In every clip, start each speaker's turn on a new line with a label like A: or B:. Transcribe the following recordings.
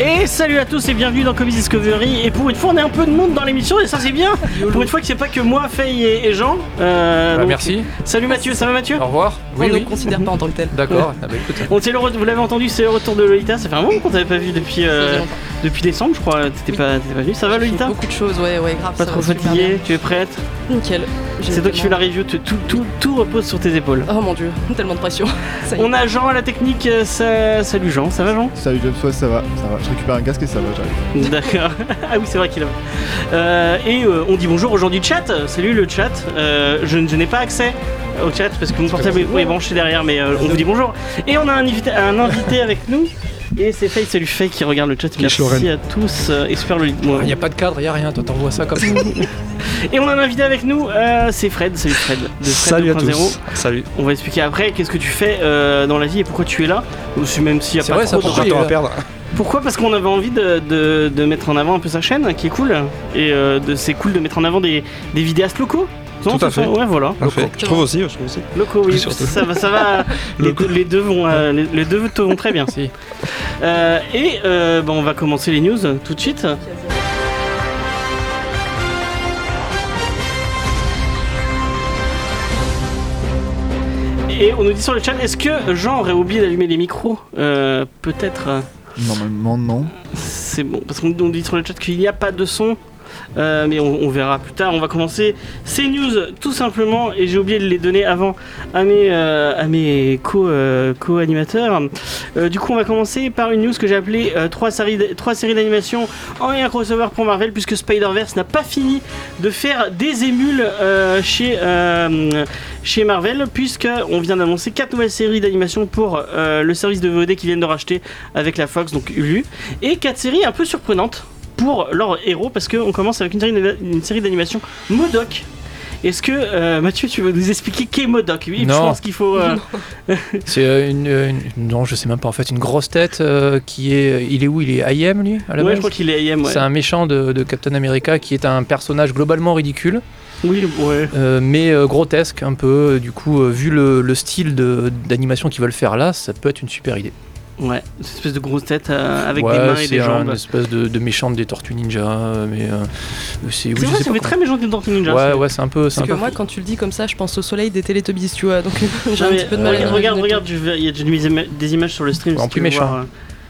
A: Et salut à tous et bienvenue dans Comics Discovery. Et pour une fois, on est un peu de monde dans l'émission et ça c'est bien. Pour une fois que c'est pas que moi, Faye et, et Jean. Euh,
B: Bah,
A: donc-
B: merci,
A: Salut Mathieu, ça va Mathieu
B: au revoir. Oui,
C: on ne
B: oui.
C: le considère pas en tant que tel.
B: D'accord, Ah bah, écoute,
A: On c'est le re- vous l'avez entendu, c'est le retour de Lolita. Ça fait un moment qu'on t'avait pas vu depuis euh,
C: Ça fait longtemps.
A: depuis décembre, je crois. T'étais
C: Oui.
A: pas, t'étais pas venu. Ça va
C: J'ai fait
A: Lolita
C: Beaucoup de choses, ouais, ouais, grave.
A: Pas
C: ça
A: trop
C: va super
A: fatiguée Tu es prête
C: bien. Nickel. J'ai
A: C'est toi qui fais la
C: tellement-
A: review. tu- Tout, tout, tout repose sur tes épaules.
C: Oh mon dieu, tellement de pression. Ça y est.
A: On a Jean à la technique. euh, ça- Salut Jean, ça va Jean
D: Salut James, ouais, ça va, ça va. Je récupère un casque et ça va, j'arrive.
A: D'accord. Ah oui, c'est vrai qu'il a. Euh, et euh, on dit bonjour aujourd'hui chat. Salut le chat. Euh, je, je n'ai pas accès au chat parce que mon portable est, est branché derrière, mais euh, on vous dit bonjour. Et on a un invité, un invité avec nous. Et c'est Faye, salut Faye qui regarde le chat. Merci à tous. euh, et super le.
B: il n'y a pas de cadre, il n'y a rien, toi t'envoies ça comme ça.
A: Et on a un invité avec nous. euh, c'est Fred. Salut Fred. De Fred
E: Salut à
A: 2.0.
E: tous. Salut.
A: On va expliquer après qu'est-ce que tu fais euh, dans la vie et pourquoi tu es là. Même s'il y a
B: C'est
A: pas
B: vrai,
A: trop
B: ça
A: de
B: prend
E: Pas
B: Oui,
E: de temps
B: euh,
E: à perdre.
A: Pourquoi Parce qu'on avait envie de, de- de mettre en avant un peu sa chaîne, qui est cool. Et euh, de- c'est cool de mettre en avant des, des vidéastes locaux. Non,
E: Tout à
A: ce sont-
E: fait.
A: Ouais, voilà.
E: Parfait. Je trouve aussi, je trouve aussi.
A: Locaux, oui.
E: Surtout.
A: Ça va, ça va. les, deux, les deux vont, euh, les, les deux te vont très bien.
B: Si.
A: Euh, et euh, bah, on va commencer les news tout de suite. Et on nous dit sur le chat, est-ce que Jean aurait oublié d'allumer les micros Euh, Peut-être.
D: Normalement, non.
A: C'est bon, parce qu'on on dit sur le chat qu'il n'y a pas de son. euh, mais on, on verra plus tard. On va commencer ces news tout simplement. Et j'ai oublié de les donner avant à mes, euh, à mes co, euh, co-animateurs. Euh, du coup, on va commencer par une news que j'ai appelée euh, trois séries, d- trois séries d'animation en un crossover pour Marvel. Puisque Spider-Verse n'a pas fini de faire des émules euh, chez, euh, chez Marvel. Puisqu'on vient d'annoncer quatre nouvelles séries d'animation pour euh, le service de VOD qu'ils viennent de racheter avec la Fox, donc Hulu et quatre séries un peu surprenantes pour leurs héros parce qu'on commence avec une série, d'ani- une série d'animation Modoc. Est-ce que euh, Mathieu, tu veux nous expliquer qu'est Modoc Oui, Je
B: Non.
A: pense qu'il faut. euh,
B: C'est euh, une, euh, une- Non, je sais même pas en fait, une grosse tête euh, qui est. Il est où Il est IM lui à la
A: ouais,
B: base
A: je crois qu'il est IM. Ouais.
B: C'est un méchant de, de Captain America qui est un personnage globalement ridicule,
A: Oui, ouais.
B: euh, mais euh, grotesque un peu. Du coup, euh, vu le, le style de- d'animation qu'ils veulent faire là, ça peut être une super idée.
A: Ouais, cette espèce de grosse tête euh, avec
B: Ouais, hein,
A: des mains et
B: c'est
A: des jambes.
B: un espèce de, de méchante des Tortues Ninja, euh, mais euh, c'est.
A: C'est
B: oui, je
A: vrai,
B: sais
A: ça
B: pas
A: fait
B: comment-
A: très méchant des Tortues Ninja.
B: Ouais,
A: ça.
B: ouais, c'est un peu. c'est
C: Parce
B: un
C: que
B: peu
C: moi, quand tu le dis comme ça, je pense au soleil des Teletubbies, tu vois. Donc j'ai
A: Non,
C: un
A: mais
C: petit peu de mal à
A: regarde,
C: imaginer
A: regarde,
C: le
A: regarde, je vais- il y a déjà des ima- des images sur le stream.
B: En
A: si tu
B: plus
A: veux
B: méchant.
A: voir, euh.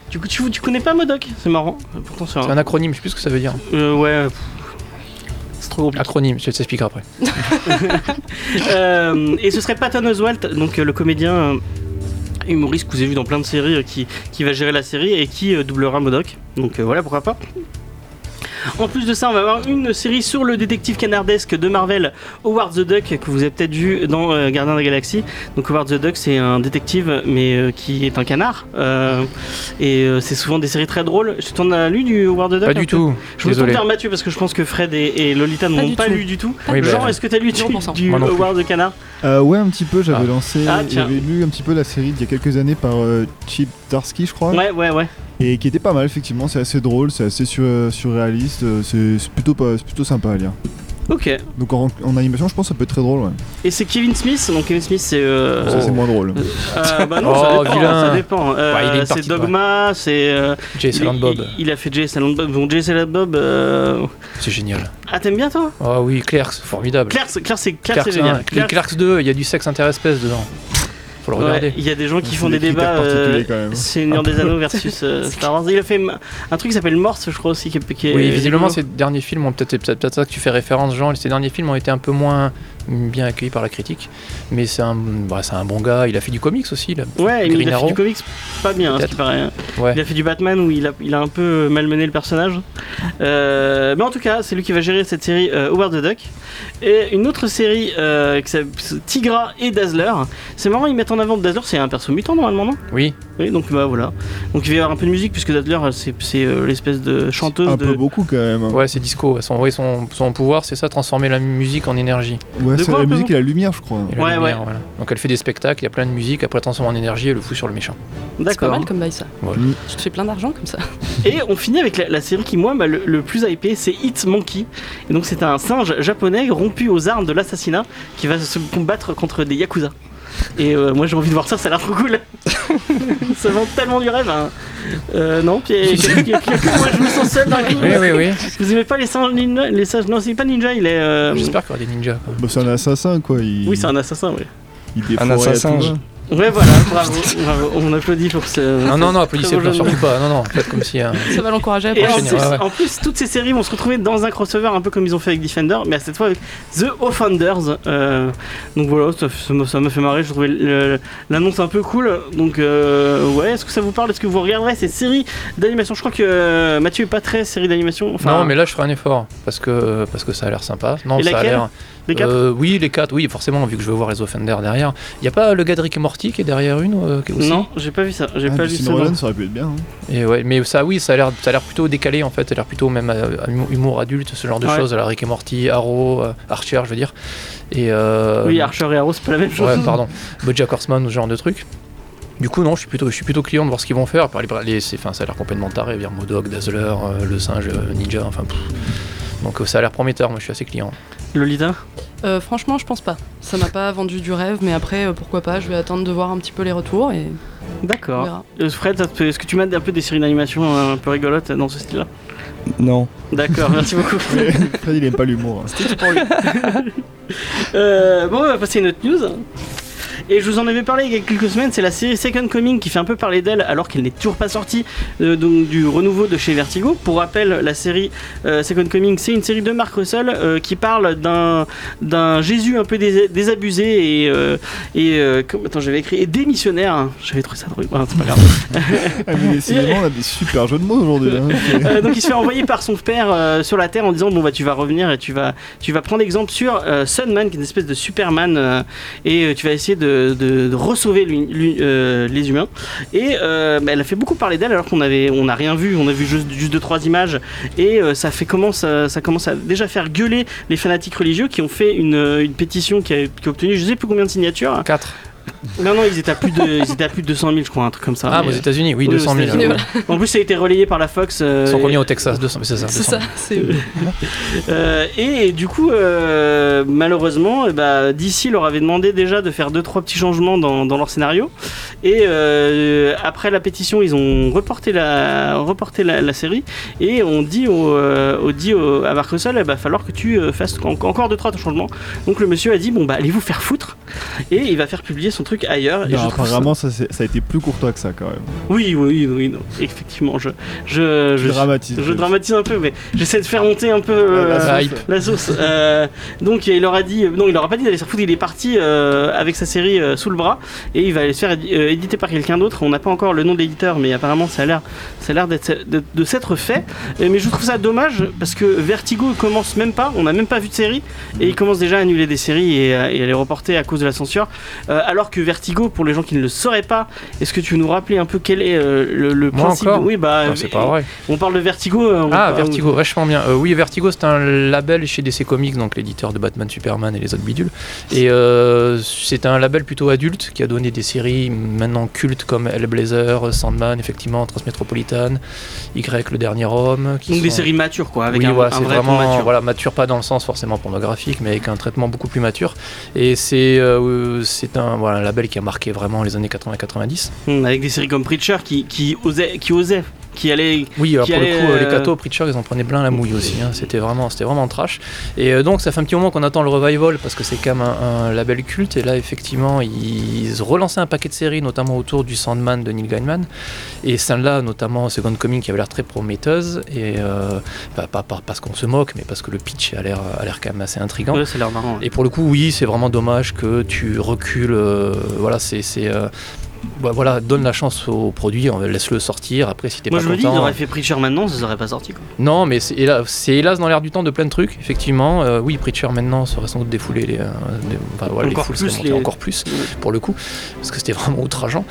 A: Du coup, tu, tu connais pas Modoc C'est marrant. Pourtant, c'est
B: C'est
A: un.
B: un acronyme, je sais plus ce que ça veut dire.
A: euh, ouais. pff, C'est trop compliqué.
B: Acronyme, je t'expliquerai après.
A: Euh, et ce serait Patton Oswalt, donc euh, le comédien euh, humoriste que vous avez vu dans plein de séries, euh, qui, qui va gérer la série et qui euh, doublera Modoc. Donc euh, voilà, pourquoi pas. En plus de ça, on va avoir une série sur le détective canardesque de Marvel, Howard the Duck, que vous avez peut-être vu dans euh, Gardien de la Galaxie. Donc Howard the Duck, c'est un détective, mais euh, qui est un canard. Euh, et euh, c'est souvent des séries très drôles. Tu t'en as lu du Howard the Duck
B: Pas
A: un
B: du
A: peu
B: tout.
A: Je me tourne
B: Désolé.
A: vers Mathieu parce que je pense que Fred et, et Lolita ne
C: Pas
A: l'ont
C: du
A: pas
C: tout.
A: lu du tout.
B: Oui, bah,
A: Genre, est-ce que t'as lu du,
C: 0%.
A: du
B: Moi non plus.
A: Howard the Canard
D: Euh, ouais, un petit peu, j'avais
B: Ah.
D: lancé,
A: Ah, tiens.
D: j'avais lu un petit peu la série d'il y a quelques années par euh, Chip Darsky, je crois,
A: Ouais, ouais, ouais.
D: et qui était pas mal, effectivement. C'est assez drôle, c'est assez sur- surréaliste, euh, c'est c'est plutôt, pas- c'est plutôt sympa à lire.
A: Ok.
D: Donc en, en animation, je pense que ça peut être très drôle, ouais.
A: Et c'est Kevin Smith, donc Kevin Smith c'est. Euh...
D: Ça, c'est moins drôle.
A: euh, bah non, ça
B: Oh,
A: dépend.
B: vilain.
A: Ça dépend. Euh,
B: Ouais, il est une
A: c'est
B: partie,
A: Dogma, c'est. euh,
B: Jay
A: il,
B: Silent Bob,
A: Il, il a fait Jay Silent Bob. Bon, Jay Silent Bob. euh,
B: c'est génial.
A: Ah, t'aimes bien toi
B: Ah oui, Clerks, formidable.
A: Claire, c'est Claire, c'est Claire, c'est
B: Clerks
A: génial.
B: 1,
A: Claire,
B: Clerks 2, il y a du sexe interespèce dedans. Faut le
A: ouais,
B: regarder.
A: il y a des gens qui font des
D: C'est critères
A: débats.
D: particuliers,
A: Euh...
D: quand même.
A: Seigneur des Anneaux versus euh, Star Wars. Il a fait m- un truc qui s'appelle Morse, je crois aussi. Qui est, qui est-
B: Oui, visiblement, ces derniers films ont peut-être c'est peut-être ça que tu fais référence, Jean. Ces derniers films ont été un peu moins bien accueillis par la critique. Mais c'est un, bah, c'est un bon gars. Il a fait du comics aussi. là.
A: Ouais, mais
B: Green
A: il a fait
B: Arrow.
A: du comics pas bien, à ce qui
B: Peut-être.
A: paraît. hein.
B: Ouais.
A: Il a fait du Batman où il a, il a un peu malmené le personnage. Euh, mais en tout cas, c'est lui qui va gérer cette série euh, Howard the Duck. Et une autre série euh, qui s'appelle Tigra et Dazzler. C'est marrant, ils mettent en avant Dazzler, c'est un perso mutant normalement, non
B: Oui,
A: Oui, donc bah voilà. Donc il va y avoir un peu de musique puisque Dazzler, c'est c'est, euh, l'espèce de chanteuse
D: Un
A: de.
D: peu beaucoup quand même. hein.
B: ouais, c'est disco. Son, ouais, son, son pouvoir, c'est ça, transformer la musique en énergie.
D: Ouais,
A: De
D: c'est
A: quoi,
D: la
A: un peu
D: musique et la lumière, je crois.
B: Et la
A: Ouais, ouais.
B: voilà. Donc elle fait des spectacles, il y a plein de musique, après elle transforme en énergie et le fout sur le méchant.
C: C'est pas
A: D'accord.
C: mal comme bail ça.
B: Ouais.
D: Mm.
C: Tu te fais plein d'argent comme ça.
A: Et on finit avec la, la série qui, moi, m'a le, le plus hypé, c'est Hit Monkey. Et donc, c'est un singe japonais rompu aux armes de l'assassinat qui va se combattre contre des yakuza. Et euh, moi, j'ai envie de voir ça, ça a l'air trop cool. ça vend tellement du rêve. hein. Euh, non, puis il y a- il y a- il y a que moi, je me sens seul d'un coup.
B: Oui, oui, oui.
A: Vous aimez pas les singes ninja les singes, Non, c'est pas ninja, il est. euh,
B: J'espère qu'il y aura des ninjas. quoi.
D: Bah, c'est un assassin, quoi. Il,
A: Oui, c'est un assassin, oui.
D: il défouraille
E: un
D: à
E: assassin,
D: tout
E: je-
D: va.
A: Ouais, voilà, bravo, bravo. On applaudit pour ce.
B: Non, non, non,
A: Très
B: applaudissez
A: beau
B: bien
A: jeune
B: surtout pas. Non, non, faites comme si. hein.
C: Ça va l'encourager à
A: Et en,
C: prochaine.
B: enchaîner,
A: plus,
B: ouais, ouais.
A: en plus, toutes ces séries vont se retrouver dans un crossover un peu comme ils ont fait avec Defender, mais à cette fois avec The Offenders. Euh, donc voilà, ça ça m'a ça m'a fait marrer, je trouvais le- l'annonce un peu cool. Donc euh, ouais, est-ce que ça vous parle Est-ce que vous regarderez ces séries d'animation Je crois que euh, Mathieu est pas très série d'animation. Enfin,
B: non, mais là je ferai un effort parce que, parce que ça a l'air sympa. Non,
A: Et
B: ça a
A: laquelle
B: l'air.
A: les quatre
B: Euh, oui, les quatre, oui, forcément, vu que je veux voir les Offenders derrière. Il n'y a pas le gars de Rick et Morty qui est derrière une euh, qui- aussi
A: Non, j'ai pas vu ça. J'ai
D: Ah,
A: pas vu
D: Justin
A: ça.
D: Roiland, ça aurait pu être bien. hein.
B: Et ouais, mais ça, oui, ça a l'air, ça a l'air plutôt décalé en fait. Ça a l'air plutôt même euh, humour- humour adulte, ce genre de
A: Ouais.
B: choses. Alors Rick et Morty, Arrow, euh, Archer, je veux dire. Et euh,
A: Oui, Archer et Arrow, c'est pas la même chose.
B: ouais, pardon, Bojack Horseman, ce genre de truc. Du coup, non, je suis plutôt, je suis plutôt client de voir ce qu'ils vont faire. Par les, les- c'est, enfin, ça a l'air complètement taré, vers Modoc, Dazzler, euh, le singe euh, ninja, enfin. pff. Donc euh, ça a l'air prometteur. Moi, je suis assez client.
A: Lolita
C: Euh, franchement, je pense pas. Ça m'a pas vendu du rêve, mais après, euh, pourquoi pas Je vais attendre de voir un petit peu les retours et on
A: D'accord.
C: verra.
A: Euh, Fred, ça te fait- est-ce que tu mates un peu des séries d'animation euh, un peu rigolotes euh, dans ce style-là
E: Non.
A: D'accord, merci beaucoup.
D: Mais Fred, il aime pas l'humour. hein.
A: Euh, bon, on va passer à notre news. Et je vous en avais parlé il y a quelques semaines, c'est la série Second Coming qui fait un peu parler d'elle alors qu'elle n'est toujours pas sortie euh, donc, du renouveau de chez Vertigo. Pour rappel, la série euh, Second Coming, c'est une série de Mark Russell euh, qui parle d'un d'un Jésus un peu dés- désabusé et, euh, et euh, comme- attends, j'avais écrit et démissionnaire. hein. J'avais trouvé ça drôle. Ah, c'est pas grave.
D: Ah, mais décidément, on a des super jeux de mots aujourd'hui. hein.
A: Euh, donc il se fait envoyer par son père euh, sur la terre en disant bon bah tu vas revenir et tu vas tu vas prendre exemple sur euh, Sunman qui est une espèce de Superman euh, et euh, tu vas essayer de, de, de re-sauver l'hu- l'hu- euh, les humains et euh, bah, elle a fait beaucoup parler d'elle alors qu'on avait on n'a rien vu on a vu juste juste deux trois images et euh, ça fait commence à- ça commence à déjà faire gueuler les fanatiques religieux qui ont fait une, euh, une pétition qui a, qui a obtenu je sais plus combien de signatures
B: 4
A: non non ils étaient à plus de ils étaient à plus de 200 000 je crois un truc comme ça
B: Ah,
A: Mais,
B: aux États-Unis, oui,
A: oui, aux
B: 200 000.
A: États-Unis,
B: ouais.
C: voilà.
A: euh, en plus ça a été relayé par la Fox euh,
B: Ils sont
A: et-
B: revenus au Texas, 200 mais c'est ça.
C: C'est
B: 200.
C: ça, c'est
A: Euh, et du coup, euh, malheureusement, eh ben, DC leur avait demandé déjà de faire deux trois petits changements dans, dans leur scénario. Et euh, après la pétition, ils ont reporté la, reporté la, la série. Et on dit, au, euh, on dit au- à Marc Russell, il va falloir que tu euh, fasses en- encore deux trois changements. Donc le monsieur a dit, bon bah allez vous faire foutre. Et il va faire publier son truc ailleurs. et
D: Non,
A: je trouve ça-
D: apparemment, ça, c'est- ça a été plus courtois que ça quand même.
A: Oui, oui, oui, oui, non. effectivement, je, je,
D: Je
A: je,
D: dramatise.
A: je dramatise un peu, mais j'essaie de faire monter un peu. euh,
D: la
B: la
D: sauce.
B: Ah, hype.
A: la sauce. Euh, donc il leur a dit, non, il leur a pas dit d'aller se foutre. Il est parti euh, avec sa série euh, sous le bras et il va aller se faire édi- euh, éditer par quelqu'un d'autre. On n'a pas encore le nom de l'éditeur, mais apparemment ça a l'air, ça a l'air d'être, de, de s'être fait. Euh, mais je trouve ça dommage parce que Vertigo commence même pas. On n'a même pas vu de série et il commence déjà à annuler des séries et, à- et à les reporter à cause de la censure. Euh, alors que Vertigo, pour les gens qui ne le sauraient pas, est-ce que tu veux nous rappeler un peu quel est euh, le, le
B: Moi
A: principe
B: encore
A: Oui, bah
B: Non, c'est pas vrai.
A: on parle de Vertigo. euh, on
B: Ah,
A: parle-
B: Vertigo, vachement bien. Euh, oui, Vertigo, c'est un label chez DC Comics, donc l'éditeur de Batman, Superman et les autres bidules. Et euh, c'est un label plutôt adulte qui a donné des séries maintenant cultes comme Hellblazer, Sandman, effectivement, Transmetropolitan, Y, le dernier homme. qui
A: Donc des
B: sont-
A: séries matures quoi, avec
B: oui,
A: un,
B: voilà,
A: un
B: c'est
A: vrai ton
B: vraiment
A: mature.
B: voilà mature pas dans le sens forcément pornographique, mais avec un traitement beaucoup plus mature. Et c'est euh, c'est un voilà un label qui a marqué vraiment les années 80-90.
A: Mm, Avec des séries comme Preacher qui, qui osaient, qui osaient, qui allaient.
B: Oui, alors
A: Qui
B: pour le
A: allait,
B: coup, euh, les
A: euh,
B: cathos, Preacher, ils en prenaient plein la mouille aussi. hein. C'était vraiment, c'était vraiment trash. Et euh, donc, ça fait un petit moment qu'on attend le revival parce que c'est quand même un, un label culte. Et là, effectivement, ils relançaient un paquet de séries, notamment autour du Sandman de Neil Gaiman. Et celle-là, notamment Second Coming, qui avait l'air très prometteuse. Et euh, bah, pas, pas- parce qu'on se moque, mais parce que le pitch a l'air, a l'air quand même assez intrigant.
A: Ouais, ça a l'air marrant. ouais.
B: Et pour le coup, oui, c'est vraiment dommage que tu recules. euh, voilà, c'est. c'est, euh, bah, voilà, donne la chance au produit, on laisse-le sortir. Après, si t'es
A: Moi
B: pas
A: je me dis,
B: content-
A: il aurait fait Preacher maintenant, ça serait pas sorti quoi.
B: Non, mais c'est hélas, c'est hélas dans l'air du temps de plein de trucs, effectivement. Euh, oui, Preacher maintenant serait sans doute défoulé les, euh, des- enfin, voilà, les
A: Encore
B: foules
A: plus,
B: seraient montées
A: les-
B: encore plus, pour le coup, parce que c'était vraiment outrageant.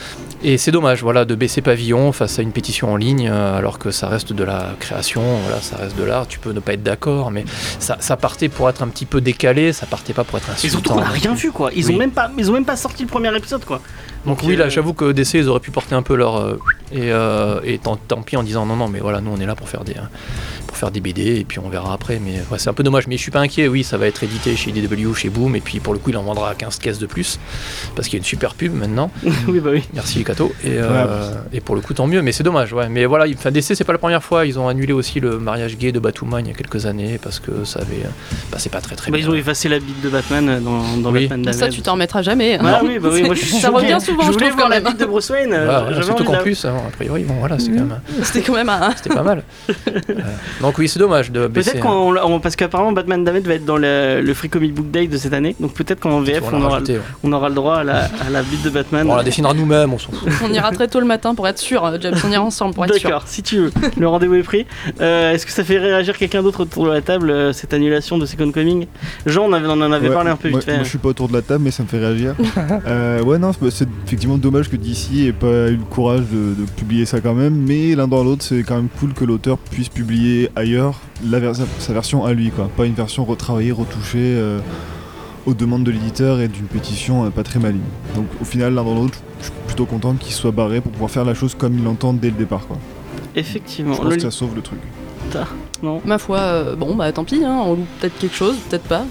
B: Et c'est dommage, voilà, de baisser pavillon face à une pétition en ligne, euh, alors que ça reste de la création, voilà, ça reste de l'art. Tu peux ne pas être d'accord, mais ça, ça partait pour être un petit peu décalé, ça partait pas pour être
A: Et
B: insultant.
A: surtout, on a rien vu quoi. Ils,
B: Oui.
A: ont même pas, ils ont même pas sorti le premier épisode quoi.
B: Donc
A: Donc,
B: oui, là,
A: euh,
B: j'avoue que DC, ils auraient pu porter un peu leur... euh, et euh, et tant, tant pis en disant non, non, mais voilà, nous, on est là pour faire des, euh, pour faire des BD, et puis on verra après. Mais ouais, c'est un peu dommage, mais je suis pas inquiet, oui, ça va être édité chez IDW, chez Boom, et puis pour le coup, il en vendra 15 caisses de plus, parce qu'il y a une super pub maintenant.
A: oui, bah oui.
B: Merci Kato. Et, euh, et pour le coup, tant mieux. Mais c'est dommage, ouais. Mais voilà, il- enfin, DC, c'est pas la première fois. Ils ont annulé aussi le mariage gay de Batwoman il y a quelques années parce que ça avait. Bah, c'est pas très très
A: Bah,
B: bien.
A: ils ont effacé la bite de Batman euh, dans, dans
B: Oui.
A: Batman
C: Ça,
A: Damned.
C: tu t'en remettras jamais. hein.
A: Bah oui, bah oui, moi je suis
C: Ça
A: choqué.
C: revient souvent, je,
A: voulais
C: trouve,
A: voir
C: quand
A: la
C: même.
A: bite de Bruce Wayne. euh,
B: Voilà,
A: j'avais
B: surtout
A: envie de
B: qu'en
A: la- Mhm.
B: plus, hein, a priori, bon, voilà, c'est quand même.
C: C'était quand même un.
B: C'était pas mal. Euh, donc oui, c'est dommage de baisser.
A: Peut-être qu'on l'a- on- parce qu'apparemment Batman Damned va être dans le, le Free Comic Book Day de cette année, donc peut-être qu'en
B: hein,
A: VF
B: on
A: on
B: l'a
A: aura,
B: rajouté, ouais.
A: on aura le droit à la, à la bite de Batman.
B: Bon, on la dessinera nous-mêmes, on s'en fout.
C: On ira très tôt le matin pour être sûr, euh, James. On ira ensemble pour être sûr.
A: D'accord, si tu veux. Le rendez-vous est pris. Euh, Est-ce que ça fait réagir quelqu'un d'autre autour de la table euh, cette annulation de Second Coming Jean, on, avait- on en avait
D: Ouais,
A: parlé un peu
D: moi,
A: vite fait. hein.
D: moi, je suis pas autour de la table, mais ça me fait réagir. Euh, ouais, non, c'est- c'est effectivement dommage que DC ait pas eu le courage de, de publier ça quand même, mais l'un dans l'autre, c'est quand même cool que l'auteur puisse publier ailleurs la ver- sa version à lui, quoi. Pas une version retravaillée, retouchée euh, aux demandes de l'éditeur et d'une pétition euh, pas très maligne. Donc au final, l'un dans l'autre, je suis plutôt content qu'il soit barré pour pouvoir faire la chose comme il l'entend dès le départ, quoi.
A: hein. Effectivement.
D: je pense que
A: Lolita,
D: ça sauve le truc.
A: non
C: Ma foi, euh, bon, bah tant pis, hein, on loupe peut-être quelque chose, peut-être pas.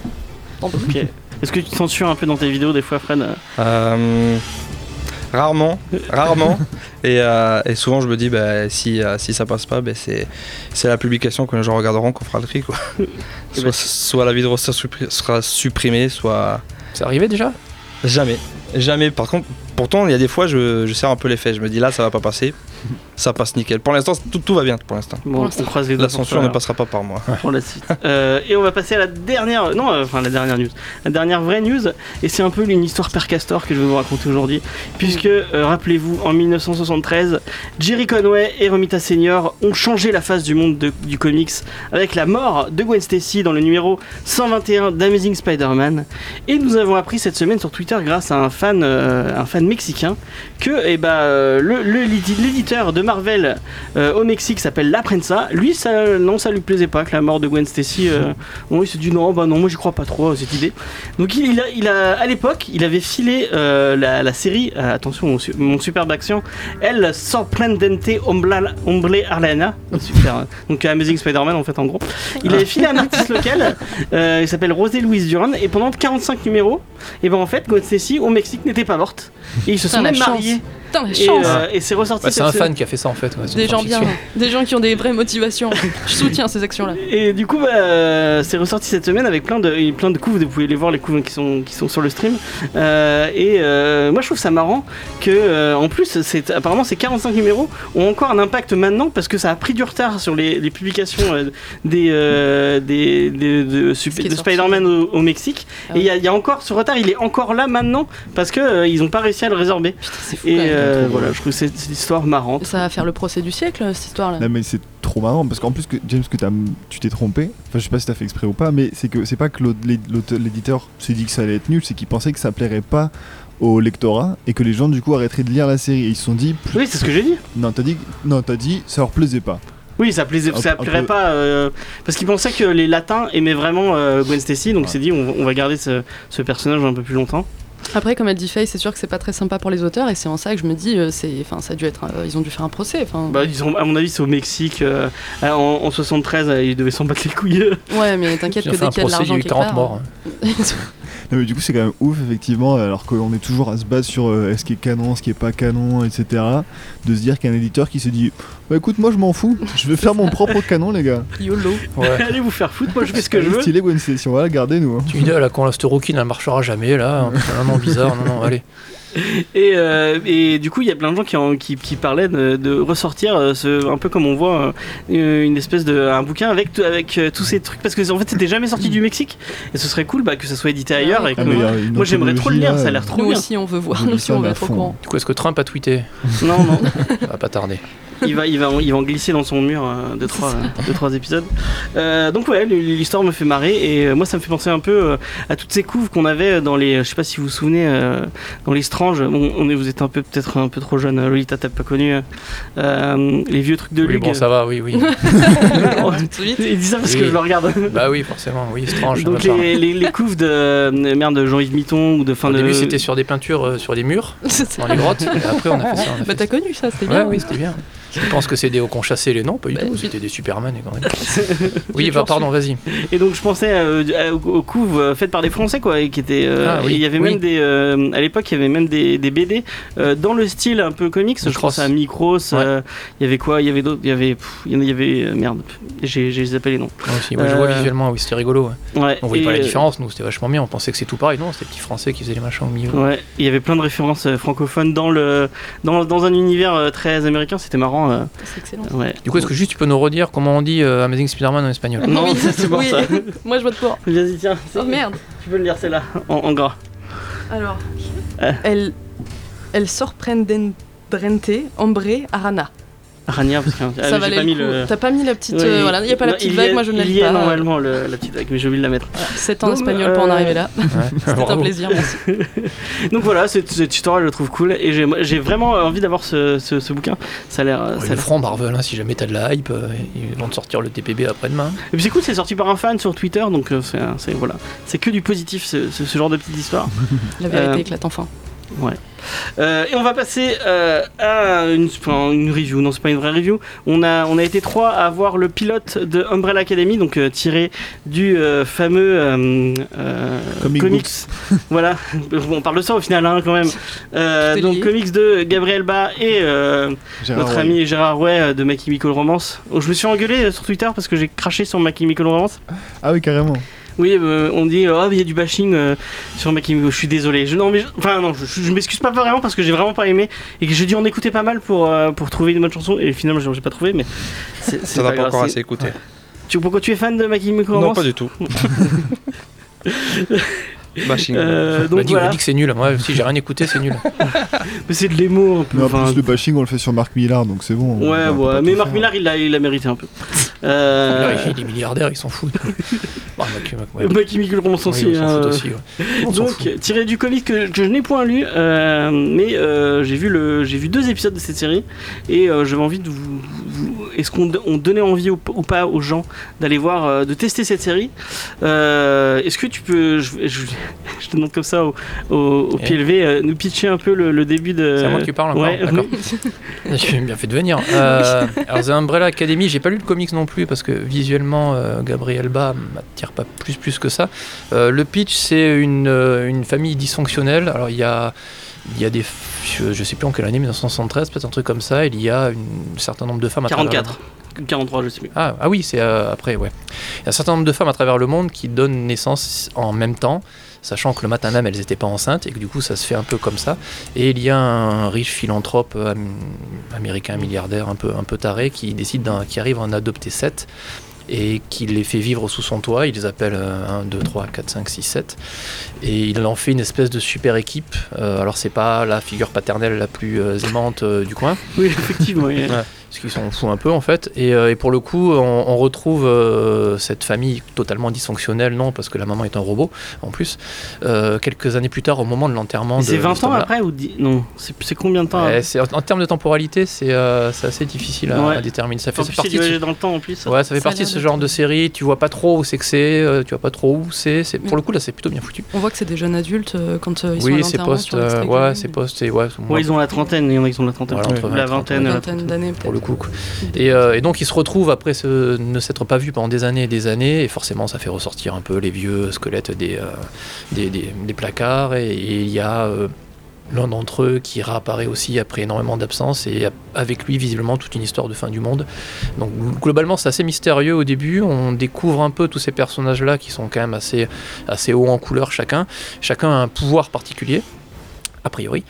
C: Tant pis.
A: Ok. Est-ce que tu te censures un peu dans tes vidéos des fois, Fred
E: Euh, rarement, rarement. et, euh, et souvent, je me dis, bah, si, euh, si ça passe pas, bah, c'est, c'est la publication que les gens regarderont qu'on fera le tri. Quoi.
A: Eh
E: soit,
A: ben,
E: soit la vidéo sera, suppri- sera supprimée, soit.
B: C'est arrivé déjà
E: Jamais. Jamais. Par contre, pourtant, il y a des fois, je, je serre un peu les faits. Je me dis, là, ça va pas passer. Ça passe nickel. Pour l'instant, tout, tout va bien pour l'instant.
A: Bon, on croise les doigts
E: La
A: pour
E: censure
A: toi,
E: ne passera pas par moi.
A: pour la suite. Euh, et on va passer à la dernière, non, euh, enfin la dernière news, la dernière vraie news, et c'est un peu une histoire per castor que je vais vous raconter aujourd'hui, puisque euh, rappelez-vous, en 1973, Jerry Conway et Romita Senior ont changé la face du monde de- du comics avec la mort de Gwen Stacy dans le numéro 121 d'Amazing Spider-Man, et nous avons appris cette semaine sur Twitter grâce à un fan, euh, un fan mexicain, que eh ben, euh, le- le- l'éditeur de Marvel euh, au Mexique s'appelle La Prensa. Lui, ça, non, ça lui plaisait pas que la mort de Gwen Stacy. euh, bon, il s'est dit non, bah non, moi j'y crois pas trop à cette idée. Donc il, il a, il a- à l'époque, il avait filé euh, la, la série. euh, attention, mon, su- mon superbe accent. El sorprendente Ombla- omble arlena. Super. hein. Donc Amazing Spider-Man en fait en gros. Il avait filé un artiste local. euh, il s'appelle Rosé Louise Duran et pendant 45 numéros, et ben en fait Gwen Stacy au Mexique n'était pas morte. Et ils se
C: Putain,
A: sont
C: la
A: même
C: chance.
A: mariés.
C: Putain, la
A: Et,
C: chance
A: euh, et c'est ressorti.
B: Ouais, Bah, C'est
A: cette
B: un
A: semaine.
B: fan qui a fait ça en fait. ouais, c'est
C: Des
B: une
C: gens bien,
B: fanfiction.
C: des gens qui ont des vraies motivations. Je soutiens ces actions-là.
A: Et du coup, bah, euh, c'est ressorti cette semaine avec plein de, et plein de couves. Vous pouvez les voir, les couves qui sont, qui sont sur le stream. Euh, et euh, moi, je trouve ça marrant que, euh, en plus, c'est, apparemment, ces 45 numéros ont encore un impact maintenant parce que ça a pris du retard sur les, les publications euh, des, euh, des, des- de, sup-
C: qui est
A: de
C: sorti.
A: Spider-Man au, au Mexique.
C: Ah
A: et il
C: ouais.
A: y, a- il y a encore ce retard, il est encore là maintenant parce que euh, ils n'ont pas réussi à le résorber.
C: C'est fou.
A: Et
C: quand même.
A: euh, voilà, je trouve cette, cette histoire marrante.
C: Ça va faire le procès du siècle, cette
A: Ah.
C: histoire-là.
D: Non mais c'est trop marrant parce qu'en plus que James que t'as- tu t'es trompé, enfin je sais pas si t'as fait exprès ou pas, mais c'est que c'est pas que l'aud- l'é- l'auteur- l'éditeur s'est dit que ça allait être nul, c'est qu'il pensait que ça plairait pas au lectorat et que les gens du coup arrêteraient de lire la série. Et ils se sont dit plus-
A: Oui, c'est ce que j'ai dit.
D: non t'as dit non t'as dit ça leur plaisait pas.
A: Oui, ça, plaisait,
D: Un-
A: ça
D: un
A: plairait
D: peu-
A: pas. euh, parce qu'ils pensaient que les latins aimaient vraiment euh, Gwen Stacy, donc
D: Ouais.
A: c'est dit, on, on va garder ce, ce personnage un peu plus longtemps.
C: Après, comme elle dit Faye, c'est sûr que c'est pas très sympa pour les auteurs, et c'est en ça que je me dis, euh, c'est, enfin, ça a dû être, euh, ils ont dû faire un procès. Enfin,
A: Bah, ils ont- à mon avis, c'est au Mexique. euh, en, en 73, euh, ils devaient s'en battre les couilles.
C: ouais, mais t'inquiète
B: Ils
C: que
B: ont fait
C: dès
B: un
C: qu'il y a de
B: procès, il y
C: l'argent
B: a eu
C: quelque
B: 40
C: part,
B: morts. hein.
D: Non mais du coup c'est quand même ouf effectivement alors qu'on est toujours à se battre sur euh, est-ce qui est canon, ce qui est pas canon, etc. De se dire qu'un éditeur qui se dit bah écoute moi je m'en fous, je vais faire mon propre canon les gars.
C: yolo.
B: hein. Ouais.
A: Allez vous faire foutre, moi je fais ce que je
D: Allez,
A: veux.
D: Stylé Gwen Stacy, on va la garder nous. hein.
B: Tu me dis, ah, la quand la Storokine, elle marchera jamais, là. hein, putain, Non, non, bizarre, non, non, allez.
A: Et, euh, et du coup, il y a plein de gens qui, en- qui, qui parlaient de, de ressortir euh, ce, un peu comme on voit euh, une espèce de un bouquin avec tout- avec euh, tous ces trucs parce que en fait, c'était jamais sorti du Mexique et ce serait cool bah, que ça soit édité ailleurs. Et que-
D: Ah, mais il y a une
A: moi, j'aimerais trop le lire,
D: anthologie,
A: ça a
D: là, euh,
A: l'air trop
C: Nous
A: bien. hein.
C: aussi, on veut voir.
D: Je
C: Nous
D: lis
C: aussi,
D: ça,
C: on veut
D: mais à
C: être au
D: fond.
C: courant.
B: Du coup, est-ce que Trump a tweeté
A: Non, non,
B: Ça va pas tarder.
A: il va, il va, en- il va en glisser dans son mur euh, de trois, euh, de trois épisodes. Euh, donc ouais, l'histoire me fait marrer et euh, moi ça me fait penser un peu euh, à toutes ces couves qu'on avait dans les, je sais pas si vous vous souvenez, euh, dans les Strange. Bon, on est, vous êtes un peu peut-être un peu trop jeune, euh, Lolita t'as pas connu euh, euh, les vieux trucs de
B: oui,
A: Lugue.
B: bon, ça va, oui, oui.
C: Tout de suite.
A: Il dit ça parce
B: Oui.
A: que je le regarde.
B: bah oui, forcément, oui, strange.
A: Donc les, les, les couves de euh, merde de Jean-Yves Mitton ou de fin
B: Au
A: de.
B: début, c'était sur des peintures, euh, sur des murs,
C: C'est ça.
B: dans les grottes. et après, on a fait ça. on a
C: Bah,
B: fait
C: t'as connu ça, c'était
B: ça.
A: Ah
C: bien.
B: Ouais, oui, c'était bien. Je pense que c'est des hauts qu'on chassait les noms, pas du
C: Bah,
B: tout.
C: j'ai-
B: C'était des Superman et quand même.
C: J'ai
B: Oui, bah,
C: toujours
B: pardon, vas-y.
A: Et donc je pensais euh, à- aux, aux couves euh, faites par des Français quoi, et qui étaient. euh,
B: Ah, oui,
A: et il y avait
B: oui.
A: même des. euh, à l'époque, il y avait même des, des BD euh, dans le style un peu comics. Je
B: Micros.
A: pense à Micros.
B: Ouais.
A: euh, Il y avait quoi Il y avait d'autres. Il y avait. pff, Il y en a- il y avait. euh, merde. J'ai j'ai zappé les noms.
B: Moi aussi, ouais, je vois
A: Euh,
B: visuellement, oui, c'était rigolo. ouais.
A: Ouais.
B: On voyait pas
A: et,
B: la
A: euh,
B: différence, nous, c'était vachement bien. On pensait que c'est tout pareil. Non, c'était les petits français qui faisaient les machins au milieu.
A: euh, Ouais, il y avait plein de références euh, francophones dans le dans, dans un univers euh, très américain, c'était marrant. euh,
C: C'est excellent.
A: ouais.
B: Du coup, est-ce que juste tu peux nous redire comment on dit euh, Amazing Spider-Man en espagnol
A: Non,
C: Oui,
A: ça, c'est bon,
C: oui.
A: ça.
C: Moi, je vois de quoi.
A: Vas-y tiens,
C: Oh merde.
A: tu peux le lire celle-là en, en gras.
C: Alors,
A: Ah.
C: elle, elle sorprendente, hombre, arana.
A: Rania parce que ah,
C: ça
A: j'ai
C: valait
A: pas mis
C: le coup.
A: le.
C: T'as pas mis la petite.
A: Ouais.
C: euh, voilà, il n'y a pas la
A: Non,
C: petite
A: il y
C: vague,
A: a-
C: moi je ne la
A: Il
C: lis
A: y a
C: pas.
A: normalement le- la petite vague, mais j'ai oublié de la mettre.
C: 7 ans
A: Donc,
C: espagnol pour en
A: euh,
C: arriver là. C'était
B: Ah,
C: un
B: Bravo.
C: plaisir, merci.
A: Donc voilà, cette, cette histoire, je la trouve cool et j'ai j'ai vraiment envie d'avoir ce, ce- ce bouquin. Ça a l'air. euh,
B: Ouais,
A: ça a
B: le
A: l'air-
B: franc Marvel, hein, si jamais t'as de la hype, euh, ils vont te sortir le TPB après-demain.
A: Et puis c'est cool, c'est sorti par un fan sur Twitter, donc euh, c'est un- c'est voilà, c'est que du positif ce, ce- ce genre de petite histoire.
C: La vérité
A: Euh,
C: éclate enfin.
A: Euh, et on va passer euh, à une, enfin, une review. Non, c'est pas une vraie review. On a on a été trois à voir le pilote de Umbrella Academy, donc euh, tiré du euh, fameux euh, euh,
D: Comic
A: comics. voilà, on parle de ça au final hein, quand même. Euh,
C: Tout est
A: donc
C: lié.
A: comics de Gabriel Ba et euh,
D: Gérard
A: Notre
D: Way.
A: ami Gérard Way euh, de My Chemical Romance. Oh, Je me suis engueulé euh, sur Twitter parce que j'ai craché sur My Chemical Romance.
D: Ah oui, carrément.
A: Oui, euh, on dit euh, Ah, mais il y a du bashing euh, sur My Chemical. Je suis désolé. Je, non, mais je- enfin non, je, je m'excuse pas vraiment parce que j'ai vraiment pas aimé et que j'ai dû en écouter pas mal pour euh, pour trouver une bonne chanson et finalement j'ai j'ai pas trouvé. Mais c'est c'est
E: Ça n'a pas,
A: grave,
E: encore
A: c'est-
E: assez écouté.
A: Tu pourquoi tu es fan de My Chemical
E: Non,
A: Romance
E: pas du tout. Bashing. Bah,
A: Euh,
B: Donc
A: donc voilà,
B: dit que c'est nul. Moi, si j'ai rien écouté, c'est nul.
A: mais c'est de l'émo un peu.
D: Mais en
A: enfin,
D: plus, le bashing, on le fait sur Marc Millard, donc c'est bon. on
A: ouais,
D: va
A: ouais,
D: pas tout
A: mais
D: faire. hein.
A: Marc Millard il l'a il l'a mérité un peu. Euh,
B: Là, il est milliardaire, ils s'en foutent. Bah, Mac- Mac- ouais.
A: My Chemical Romance
B: Oui,
A: aussi.
B: on s'en
A: hein,
B: fout
A: euh,
B: aussi, ouais. On s'en fout.
A: Donc, tiré du comic que, que je n'ai point lu, euh, mais euh, j'ai vu, le- j'ai vu deux épisodes de cette série et euh, j'avais envie de vous. vous- Est-ce qu'on don- on donnait envie ou, p- ou pas aux gens d'aller voir, euh, de tester cette série Euh, Est-ce que tu peux. Je, je- je te demande comme ça au, au- au
B: Eh.
A: PLV, euh, nous pitcher un peu le, le début de.
B: C'est à moi que tu parles encore
A: ouais,
B: D'accord. J'ai bien fait de venir. Euh, alors, The Umbrella Academy, j'ai pas lu le comics non plus parce que visuellement, euh, Gabriel Ba m'attire pas plus plus que ça. Euh, le pitch, c'est une, euh, une famille dysfonctionnelle. Alors, il y a, il y a des. Je, je sais plus en quelle année, 1973, peut-être un truc comme ça. Il y a une- un certain nombre de femmes à travers le
A: 44. 43, je sais plus.
B: Ah, ah oui, c'est euh, après, ouais. Il y a un certain nombre de femmes à travers le monde qui donnent naissance en même temps, sachant que le matin même, elles n'étaient pas enceintes, et que du coup, ça se fait un peu comme ça. Et il y a un riche philanthrope euh, am- américain, milliardaire, un peu, un peu taré, qui, décide d'en- qui arrive à en adopter sept, et qui les fait vivre sous son toit. euh, Il les appelle 1, 2, 3, 4, 5, 6, 7. Et il en fait une espèce de super équipe. Euh, alors, c'est pas la figure paternelle la plus euh, aimante euh, du coin
A: Oui, effectivement. il y a-
B: parce qu'ils s'en foutent un peu en fait. Et, euh, et pour le coup, on, on retrouve euh, cette famille totalement dysfonctionnelle, non, parce que la maman est un robot en plus. Euh, quelques années plus tard, au moment de l'enterrement.
A: Mais
B: de
A: c'est 20 ans
B: Mr. Bla-
A: après ou dix- Non, c'est c'est combien de temps hein?
B: Ouais,
A: après
B: c'est- en, en termes de temporalité, c'est euh, c'est assez difficile à,
A: Ouais.
B: à déterminer. Ça fait
A: En plus, c'est
B: partie. de ce-
A: dirigé dans le temps en plus.
B: Ouais, ça fait
C: Ça a
B: partie de
C: l'air
B: ce
C: de
B: genre
C: tout.
B: de série. Tu vois pas trop où c'est que c'est, euh, tu vois pas trop où c'est. c'est- Pour le coup, là, c'est plutôt bien foutu.
C: On voit que c'est des jeunes adultes euh, quand euh, ils sont à
B: oui, c'est
C: l'enterrement
B: post,
C: sur l'extrait
B: euh,
C: que j'ai
B: ouais,
C: vu,
B: c'est
C: mais
B: post et ouais. moi,
A: Ouais, ils ont la trentaine, il y en a qui ont la trentaine.
B: Voilà, entre
A: Ou la
B: 20,
A: vingtaine.
C: une
A: la
C: vingtaine d'années
B: pour le
C: peut-être.
B: coup. quoi. Et, euh, et donc ils se retrouvent après ce, ne s'être pas vus pendant des années et des années, et forcément ça fait ressortir un peu les vieux squelettes des, euh, des, des- des placards, et, et il y a euh, l'un d'entre eux qui réapparaît aussi après énormément d'absence, et a- avec lui visiblement toute une histoire de fin du monde. Donc globalement c'est assez mystérieux au début, on découvre un peu tous ces personnages-là qui sont quand même assez, assez hauts en couleur chacun, chacun a un pouvoir particulier. a priori.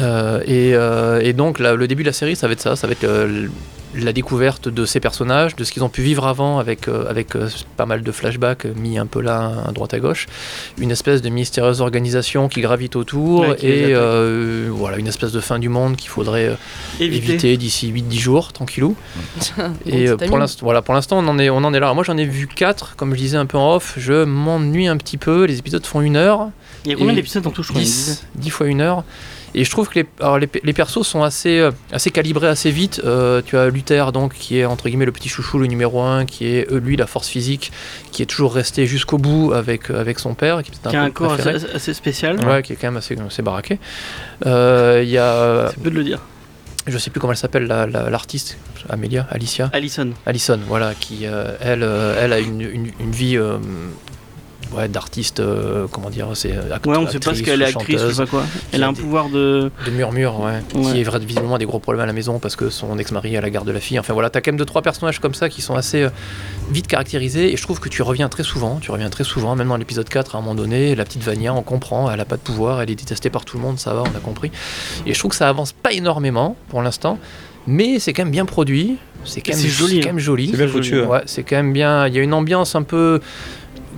B: Euh, et, euh, et donc la- le début de la série, ça va être ça, ça va être euh, la découverte de ces personnages, de ce qu'ils ont pu vivre avant avec, euh, avec euh, pas mal de flashbacks euh, mis un peu là, à droite à gauche, une espèce de mystérieuse organisation qui gravite autour,
A: Ouais, qui les
B: et
A: attaque.
B: euh, voilà, une espèce de fin du monde qu'il faudrait euh,
A: Éviter.
B: éviter d'ici 8-10 jours, tranquillou. Et euh, pour
C: Antitamine.
B: l'instant, voilà, pour l'instant, on en est, on en est là. Alors, moi, j'en ai vu 4, comme je disais un peu en off. Je m'ennuie un petit peu. Les épisodes font une heure,
A: Il y a combien
B: Et
A: d'épisodes en tout, je crois une dizaine.
B: 10, 10 fois une heure. Et je trouve que les, alors, les, pe- les persos sont assez, euh, assez calibrés assez vite. Euh, tu as Luther, donc, qui est entre guillemets le petit chouchou, le numéro 1, qui est euh, lui la force physique, qui est toujours resté jusqu'au bout avec, euh, avec son père. Qui, est peut-être
A: Qui a
B: peu
A: un corps assez,
B: préféré.
A: assez spécial.
B: Ouais, qui est quand même assez, assez baraqué. Euh, Il y a, euh,
A: C'est peu de le dire.
B: je sais plus comment elle s'appelle, la- la- l'artiste, Amelia, Alicia.
A: Allison.
B: Alison, voilà, qui euh, elle, euh, elle a une, une- une vie euh, ouais, d'artiste, euh, comment dire, c'est euh, act-
A: Ouais, on sait pas ce
B: actrice
A: qu'elle
B: ou
A: est actrice, je sais
B: chanteuse,
A: pas quoi. Elle a un
B: des-
A: pouvoir de.
B: de murmure, ouais,
A: Ouais.
B: qui est vrai- visiblement des gros problèmes à la maison parce que son ex-mari a la garde de la fille. Enfin voilà, t'as quand même deux trois personnages comme ça qui sont assez euh, vite caractérisés et je trouve que tu reviens très souvent, tu reviens très souvent, même dans l'épisode 4 à un moment donné, la petite Vania, on comprend, elle a pas de pouvoir, elle est détestée par tout le monde, ça va, on a compris. Et je trouve que ça avance pas énormément pour l'instant. Mais c'est quand même bien produit, c'est quand,
A: Et
B: même-
A: c'est joli,
B: c'est quand
A: hein.
B: même joli.
E: C'est bien foutu. hein.
B: Ouais, c'est quand même bien. Il y a une ambiance un peu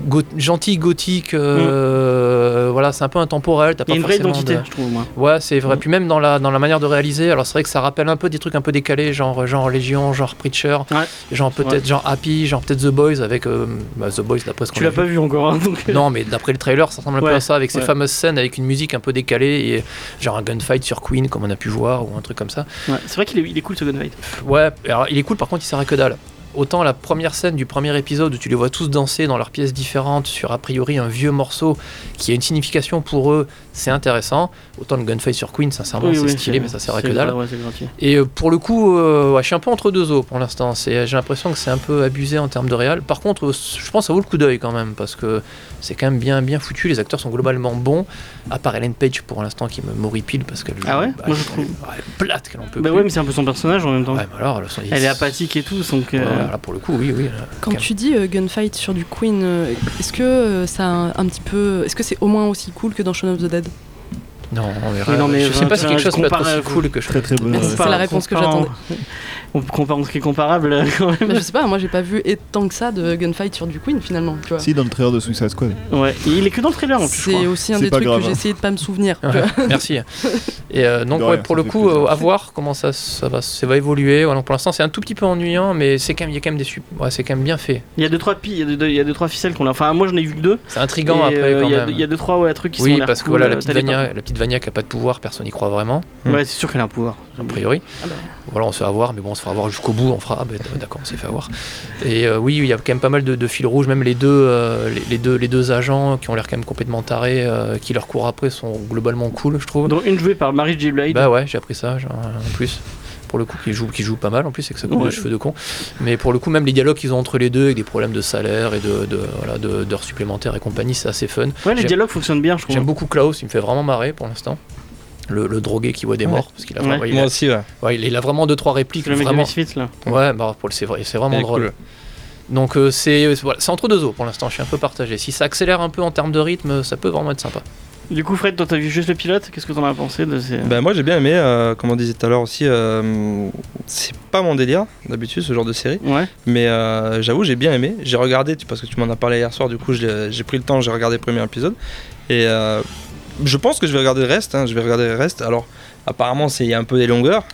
B: go- gentille, gothique. euh, Voilà, c'est un peu intemporel. T'as
A: Mm. Il y
B: pas
A: a une vraie
B: forcément
A: identité,
B: de-
A: je trouve, moi.
B: Ouais, c'est vrai.
A: Mm.
B: Puis même dans la, dans la manière de réaliser, alors c'est vrai que ça rappelle un peu des trucs un peu décalés, genre, genre Légion, genre Preacher,
A: Ouais.
B: genre peut-être genre Happy, genre peut-être The Boys avec euh, bah, The Boys d'après ce qu'on
A: Tu
B: a
A: l'as pas vu encore, hein, donc.
B: non, mais d'après le trailer, ça ressemble un
A: Ouais,
B: peu à ça, avec ces
A: ouais.
B: fameuses scènes avec une musique un peu décalée, et genre un gunfight sur Queen, comme on a pu voir, ou un truc comme ça.
A: Ouais, C'est vrai qu'il est, il est cool ce Gunfight.
B: Ouais, alors il est cool, par contre, il sert à que dalle. Autant la première scène du premier épisode où tu les vois tous danser dans leurs pièces différentes sur a priori un vieux morceau qui a une signification pour eux, c'est intéressant. Autant le gunfight sur Queen, sincèrement,
A: Oui,
B: c'est
A: oui,
B: stylé, mais ça sert à
A: c'est-
B: que dalle.
A: ouais, c'est gratuit.
B: Et euh, pour le coup, euh, ouais, je suis un peu entre deux eaux pour l'instant. C'est- J'ai l'impression que c'est un peu abusé en termes de réal. Par contre, euh, je pense que ça vaut le coup d'œil quand même, parce que c'est quand même bien, bien foutu. Les acteurs sont globalement bons, à part Ellen Page pour l'instant qui me moripile parce qu'elle
A: Ah ouais
B: bah,
A: Moi, je
B: elle-
A: trouve-
B: elle est plate qu'elle en peut
A: Bah
B: plus.
A: ouais, mais c'est un peu son personnage en même temps.
B: Ouais, mais alors, elles sont-
A: Elle est apathique et tout, donc.
B: Ouais,
A: euh,
B: voilà, pour le coup, oui, oui. là.
C: Quand tu dis euh, gunfight sur du Queen, euh, est-ce que euh, ça a un, un petit peu, euh, est-ce que c'est au moins aussi cool que dans Shaun of the Dead
B: Non, on verra.
A: Oui, non, mais
B: je sais pas si
A: je
B: quelque chose peut être
A: compare,
B: aussi
A: euh,
B: cool que je
D: Très très bonne.
C: Merci.
D: ouais.
C: c'est la réponse que j'attendais.
A: On compare en ce qui est comparable euh, quand même.
C: Bah, Je sais pas, moi j'ai pas vu et tant que ça de gunfight sur du Queen finalement. Tu vois.
D: Si, dans le trailer de Suicide Squad.
A: Ouais, et il est que dans le trailer en plus. je
C: C'est
A: crois.
C: aussi un
D: C'est
C: des
D: pas
C: trucs
D: grave,
C: que j'ai
D: hein.
C: essayé de pas me souvenir. tu vois.
B: Ouais, Merci. hein. Et euh, donc,
D: De
B: ouais,
D: rien,
B: pour
D: ça
B: le
D: fait
B: coup,
D: plaisir.
B: euh, à voir comment ça, ça, va, ça va évoluer. Voilà, pour l'instant, c'est un tout petit peu ennuyant, mais c'est quand même, il y a quand même des sup- ouais, c'est quand même bien fait.
A: Il y a deux trois pi- il y a deux- il y a deux trois ficelles qu'on a. Enfin, moi j'en ai vu que deux.
B: C'est intriguant
A: Et,
B: après
A: euh,
B: quand
A: il y a-
B: même.
A: Il y a deux trois ouais, trucs qui sont.
B: oui,
A: l'air
B: parce que
A: cool,
B: voilà,
A: euh,
B: la petite,
A: t'as les pas-
B: Vania, la petite Vania qui a pas de pouvoir, personne n'y croit vraiment,
A: Ouais, c'est sûr qu'elle a un pouvoir.
B: a priori.
C: Ah bah.
B: Voilà, on se fait avoir, mais bon, on se fera avoir jusqu'au bout, on fera, ah, bah, d'accord, on s'est fait avoir. Et euh, oui, il y a quand même pas mal de, de fils rouges, même les deux, euh, les, les deux, les deux agents qui ont l'air quand même complètement tarés, euh, qui leur courent après sont globalement cool, je trouve.
A: Dont une jouée par Mary J. Blige.
B: Bah ouais, j'ai appris ça, genre, en plus. Pour le coup, qui joue, qui joue pas mal en plus, avec ce coup de
A: Ouais.
B: cheveux de con. Mais pour le coup, même les dialogues qu'ils ont entre les deux, avec des problèmes de salaire et de, de- voilà, de- d'heures supplémentaires et compagnie, c'est assez fun.
A: ouais, les
B: j'aime-
A: dialogues fonctionnent bien, je trouve.
B: J'aime beaucoup Klaus, il me fait vraiment marrer pour l'instant. Le, le drogué qui voit des
E: Ouais.
B: morts, parce qu'il a,
A: Ouais.
B: vraiment- il
E: Moi
B: a,
E: aussi, ouais.
B: ouais, il- il a vraiment deux trois répliques.
A: C'est le mec de
B: vraiment.
A: Misfits, là.
B: Ouais, bah, pour le- c'est vrai, c'est vraiment
E: Il est
B: drôle.
E: cool.
B: Donc euh, c'est, c'est- voilà, c'est entre deux eaux pour l'instant. Je suis un peu partagé. Si ça accélère un peu en termes de rythme, ça peut vraiment être sympa.
A: Du coup, Fred, toi, t'as vu juste le pilote. Qu'est-ce que t'en as pensé de ces.
E: Bah, moi j'ai bien aimé, euh, comme on disait tout à l'heure aussi, euh, c'est pas mon délire d'habitude ce genre de série,
A: Ouais.
E: mais euh, j'avoue j'ai bien aimé. J'ai regardé, tu- parce que tu m'en as parlé hier soir, du coup je l'ai- j'ai pris le temps, j'ai regardé le premier épisode, et euh, je pense que je vais regarder le reste. hein, je vais regarder le reste. Alors apparemment c'est il y a un peu des longueurs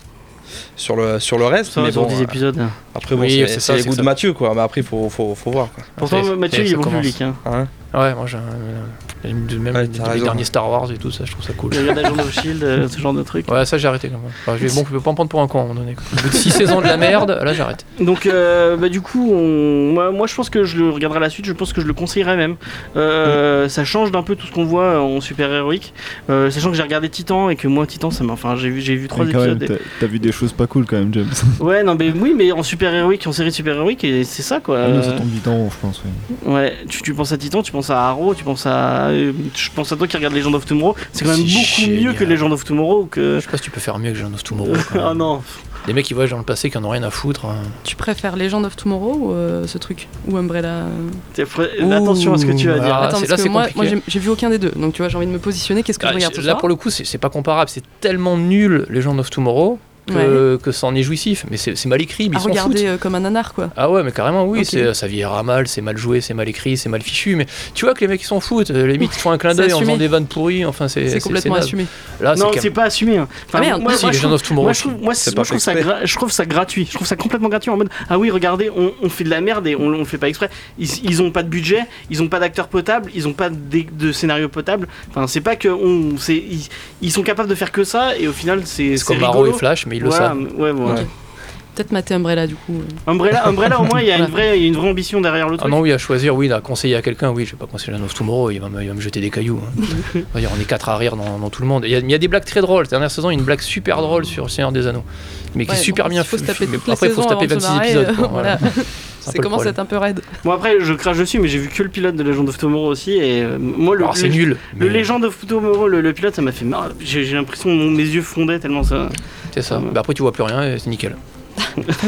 E: sur le, sur le reste,
A: Ça va
E: mais
A: sur
E: bon,
A: 10
E: euh,
A: épisodes.
E: après bon,
B: Oui, c'est
E: c'est
B: ça,
E: c'est les
B: c'est
E: goûts de
B: ça.
E: Mathieu quoi, mais après faut, faut, faut voir quoi.
A: Pourtant,
B: Ça y est,
A: Mathieu,
B: ça
A: il est bon
B: commence.
A: public. Hein.
E: Hein
B: Ouais, moi j'ai un- euh, j'aime de- même
E: Ouais,
B: les-
E: t'as
B: les
E: raison.
B: derniers Star Wars et tout ça, je trouve ça cool.
A: Il regarde Agent of Shield, euh, ce genre de truc.
B: Ouais, ça j'ai arrêté quand même. Enfin, je, vais- bon, je peux pas en prendre pour un con à un moment donné. quoi. Au bout de 6 saisons de la merde, là j'arrête.
A: Donc, euh, bah, du coup, on- moi, moi, je pense que je le regarderai à la suite. Je pense que je le conseillerais même. Euh, Ça change d'un peu tout ce qu'on voit en super héroïque. Euh, sachant que j'ai regardé Titan et que moi, Titan, ça m'a. Enfin, j'ai vu, j'ai vu trois
D: Mais quand
A: épisodes.
D: même, t'as t'as vu des choses pas cool quand même, James.
A: Ouais, non, mais oui, mais en super héroïque, en série super héroïque, et c'est ça quoi.
D: Ah non, ça tombe vite en rond, je pense. ouais.
A: Ouais, tu, tu penses à Titan, tu penses à Arrow, tu penses à euh, je pense à toi qui regarde Legend of Tomorrow, c'est quand même beaucoup
B: C'est
A: mieux
B: génial.
A: que Legend of Tomorrow. Que...
B: Je sais pas si tu peux faire mieux que Jean of Tomorrow. quand même.
A: ah non,
B: Des mecs qui voyagent dans le passé qui en ont rien à foutre. hein.
C: Tu préfères Legend of Tomorrow ou euh, ce truc Ou Umbrella euh
A: T'es prêt- attention à ce que tu vas dire.
B: Ah,
C: Attends,
B: c'est-
C: parce
B: là,
C: que
B: c'est
C: moi,
B: compliqué.
C: moi j'ai j'ai vu aucun des deux, donc tu vois, j'ai envie de me positionner. Qu'est-ce que
B: Ah,
C: je regarde
B: c'est-
C: ce
B: là
C: soir
B: pour le coup, c'est c'est pas comparable. C'est tellement nul Legend of Tomorrow que, que ça en est jouissif. Mais c'est c'est mal écrit, mais
C: À
B: ils s'en foutent.
C: regarder euh, comme un nanar, quoi.
B: Ah ouais, mais carrément, oui,
C: Ok.
B: c'est ça vieillira mal, c'est mal joué, c'est mal écrit, c'est mal fichu, mais tu vois que les mecs ils s'en foutent, euh, les mecs ils font un clin
C: C'est
B: d'œil en
C: assumé.
B: faisant des vannes pourries, enfin c'est
C: C'est
B: c'est-
C: complètement
B: c'est naze.
C: assumé.
B: Là,
A: non,
B: Ah, c'est
A: c'est
B: quand
A: pas assumé. hein. Enfin,
C: Ah merde.
A: moi,
C: Ah,
B: si,
A: moi,
B: les
A: je
B: gens
A: trouve,
B: of Tomorrow.
A: moi, je trouve, moi,
E: C'est
A: c'est-
E: pas
A: moi, je trouve ça
E: fait
A: gra- je trouve ça gratuit. Je trouve ça complètement gratuit en mode ah oui regardez on, on fait de la merde et on, on le fait pas exprès. Ils, ils ont pas de budget, ils ont pas d'acteurs potables, ils ont pas d'é- de, scénario potable. Enfin c'est pas que on c'est ils, ils sont capables de faire que ça et au final c'est
B: c'est
A: c'est
B: comme Arrow et
A: rigolo.
B: Flash, mais ils le
A: Voilà,
B: savent.
A: ouais, voilà.
C: Ok. Peut-être mater Umbrella du coup.
A: Umbrella, Umbrella, au moins il y a une
C: Voilà.
A: vraie, il y a une vraie ambition derrière le
B: Ah
A: truc.
B: non, oui, à choisir, oui, à conseiller à quelqu'un, oui, je vais pas conseiller Legend of Tomorrow, il va me, il va me jeter des cailloux. hein. On va dire, on est quatre à rire dans, dans tout le monde. Il y, a, il y a des blagues très drôles. Cette dernière saison, il y a une blague super drôle sur Seigneur des Anneaux, mais qui est super bien
C: Il faut se
B: f-
C: taper
B: f-
C: toute
B: Après,
C: la
B: il faut se
C: saison
B: taper
C: avant de
B: 26
C: marrer,
B: épisodes.
C: euh,
B: quoi, voilà.
C: voilà.
B: C'est un peu
C: C'est
B: le
C: commence
B: problème.
C: à être un peu raide.
A: Bon après je crache dessus mais j'ai vu que le pilote de Legend of Tomorrow aussi et euh, moi le,
B: Alors, c'est
A: le-
B: nul.
A: le
B: mais
A: Legend of Tomorrow, le, le pilote, ça m'a fait marre. J'ai j'ai l'impression que mon- mes yeux fondaient tellement ça.
B: C'est ça. Bah, après, tu vois plus rien et c'est nickel.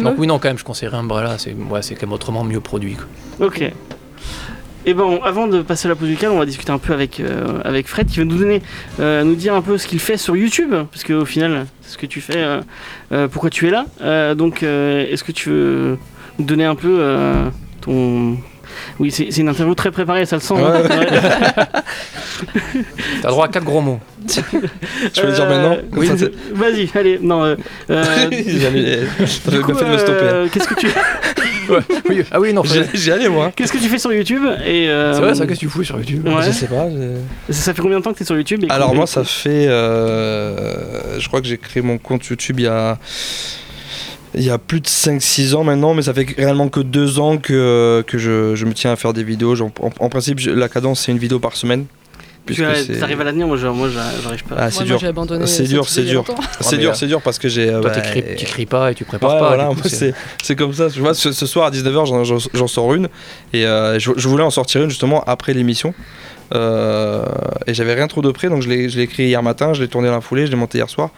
B: Donc, oui, non, quand même, je conseillerais Umbrella. C'est ouais, c'est quand même autrement mieux produit. quoi.
A: Ok. Et ben, avant de passer à la pause musicale, on va discuter un peu avec, euh, avec Fred qui va nous donner, euh, nous dire un peu ce qu'il fait sur YouTube, parce qu'au final, c'est ce que tu fais, euh, euh, pourquoi tu es là. Euh, donc, euh, est-ce que tu veux nous donner un peu euh, ton. Oui, c'est c'est une interview très préparée, ça le sent. hein. Ouais.
B: T'as droit à quatre gros mots.
E: Je peux le dire
A: Euh,
E: maintenant Comme
A: oui,
E: ça, c'est-
A: Vas-y, allez, non. euh, euh,
E: J'allais- T'as
A: du
E: bien
A: coup,
E: fait de me stopper. hein.
A: euh, Qu'est-ce que tu.
B: Oui, Ah oui, non.
E: J'y
B: C'est
E: allais- J'y allais moi.
A: Qu'est-ce que tu fais sur YouTube et euh,
B: vrai, ça, qu'est-ce que tu fous sur YouTube
A: ouais.
E: Je sais pas. j'ai-
A: ça, ça fait combien de temps que t'es sur YouTube et
E: Alors
A: combien-
E: moi ça fait... euh, je crois que j'ai créé mon compte YouTube il y a... Il y a plus de 5-6 ans maintenant, mais ça fait réellement que 2 ans que, que je, je me tiens à faire des vidéos. J'en- En, en principe, je- la cadence, c'est une vidéo par semaine.
A: tu
E: puisque
A: as-
E: c'est-
A: t'arrives à l'avenir, moi, genre, moi j'a- j'arrive pas.
E: Ah,
C: Moi,
E: c'est
C: moi,
E: dur.
C: j'ai abandonné
E: C'est
C: cette
E: dur,
C: idée
E: c'est
C: il y a
E: dur.
C: longtemps.
E: C'est
B: Ah, mais
E: dur,
B: là-
E: c'est dur parce que j'ai... euh,
B: Toi,
E: bah,
B: t'écris- tu cries pas et tu prépares
E: Ouais,
B: pas.
E: voilà,
B: du coup,
E: moi,
B: c'est-
E: c'est c'est comme ça. Tu vois, ce, ce soir à 19h, j'en- j'en j'en sors une. Et euh, je, je voulais en sortir une justement après l'émission. Euh, et j'avais rien trop de près, donc je l'ai je l'ai écrit hier matin, je l'ai tourné dans la foulée, je l'ai monté hier soir.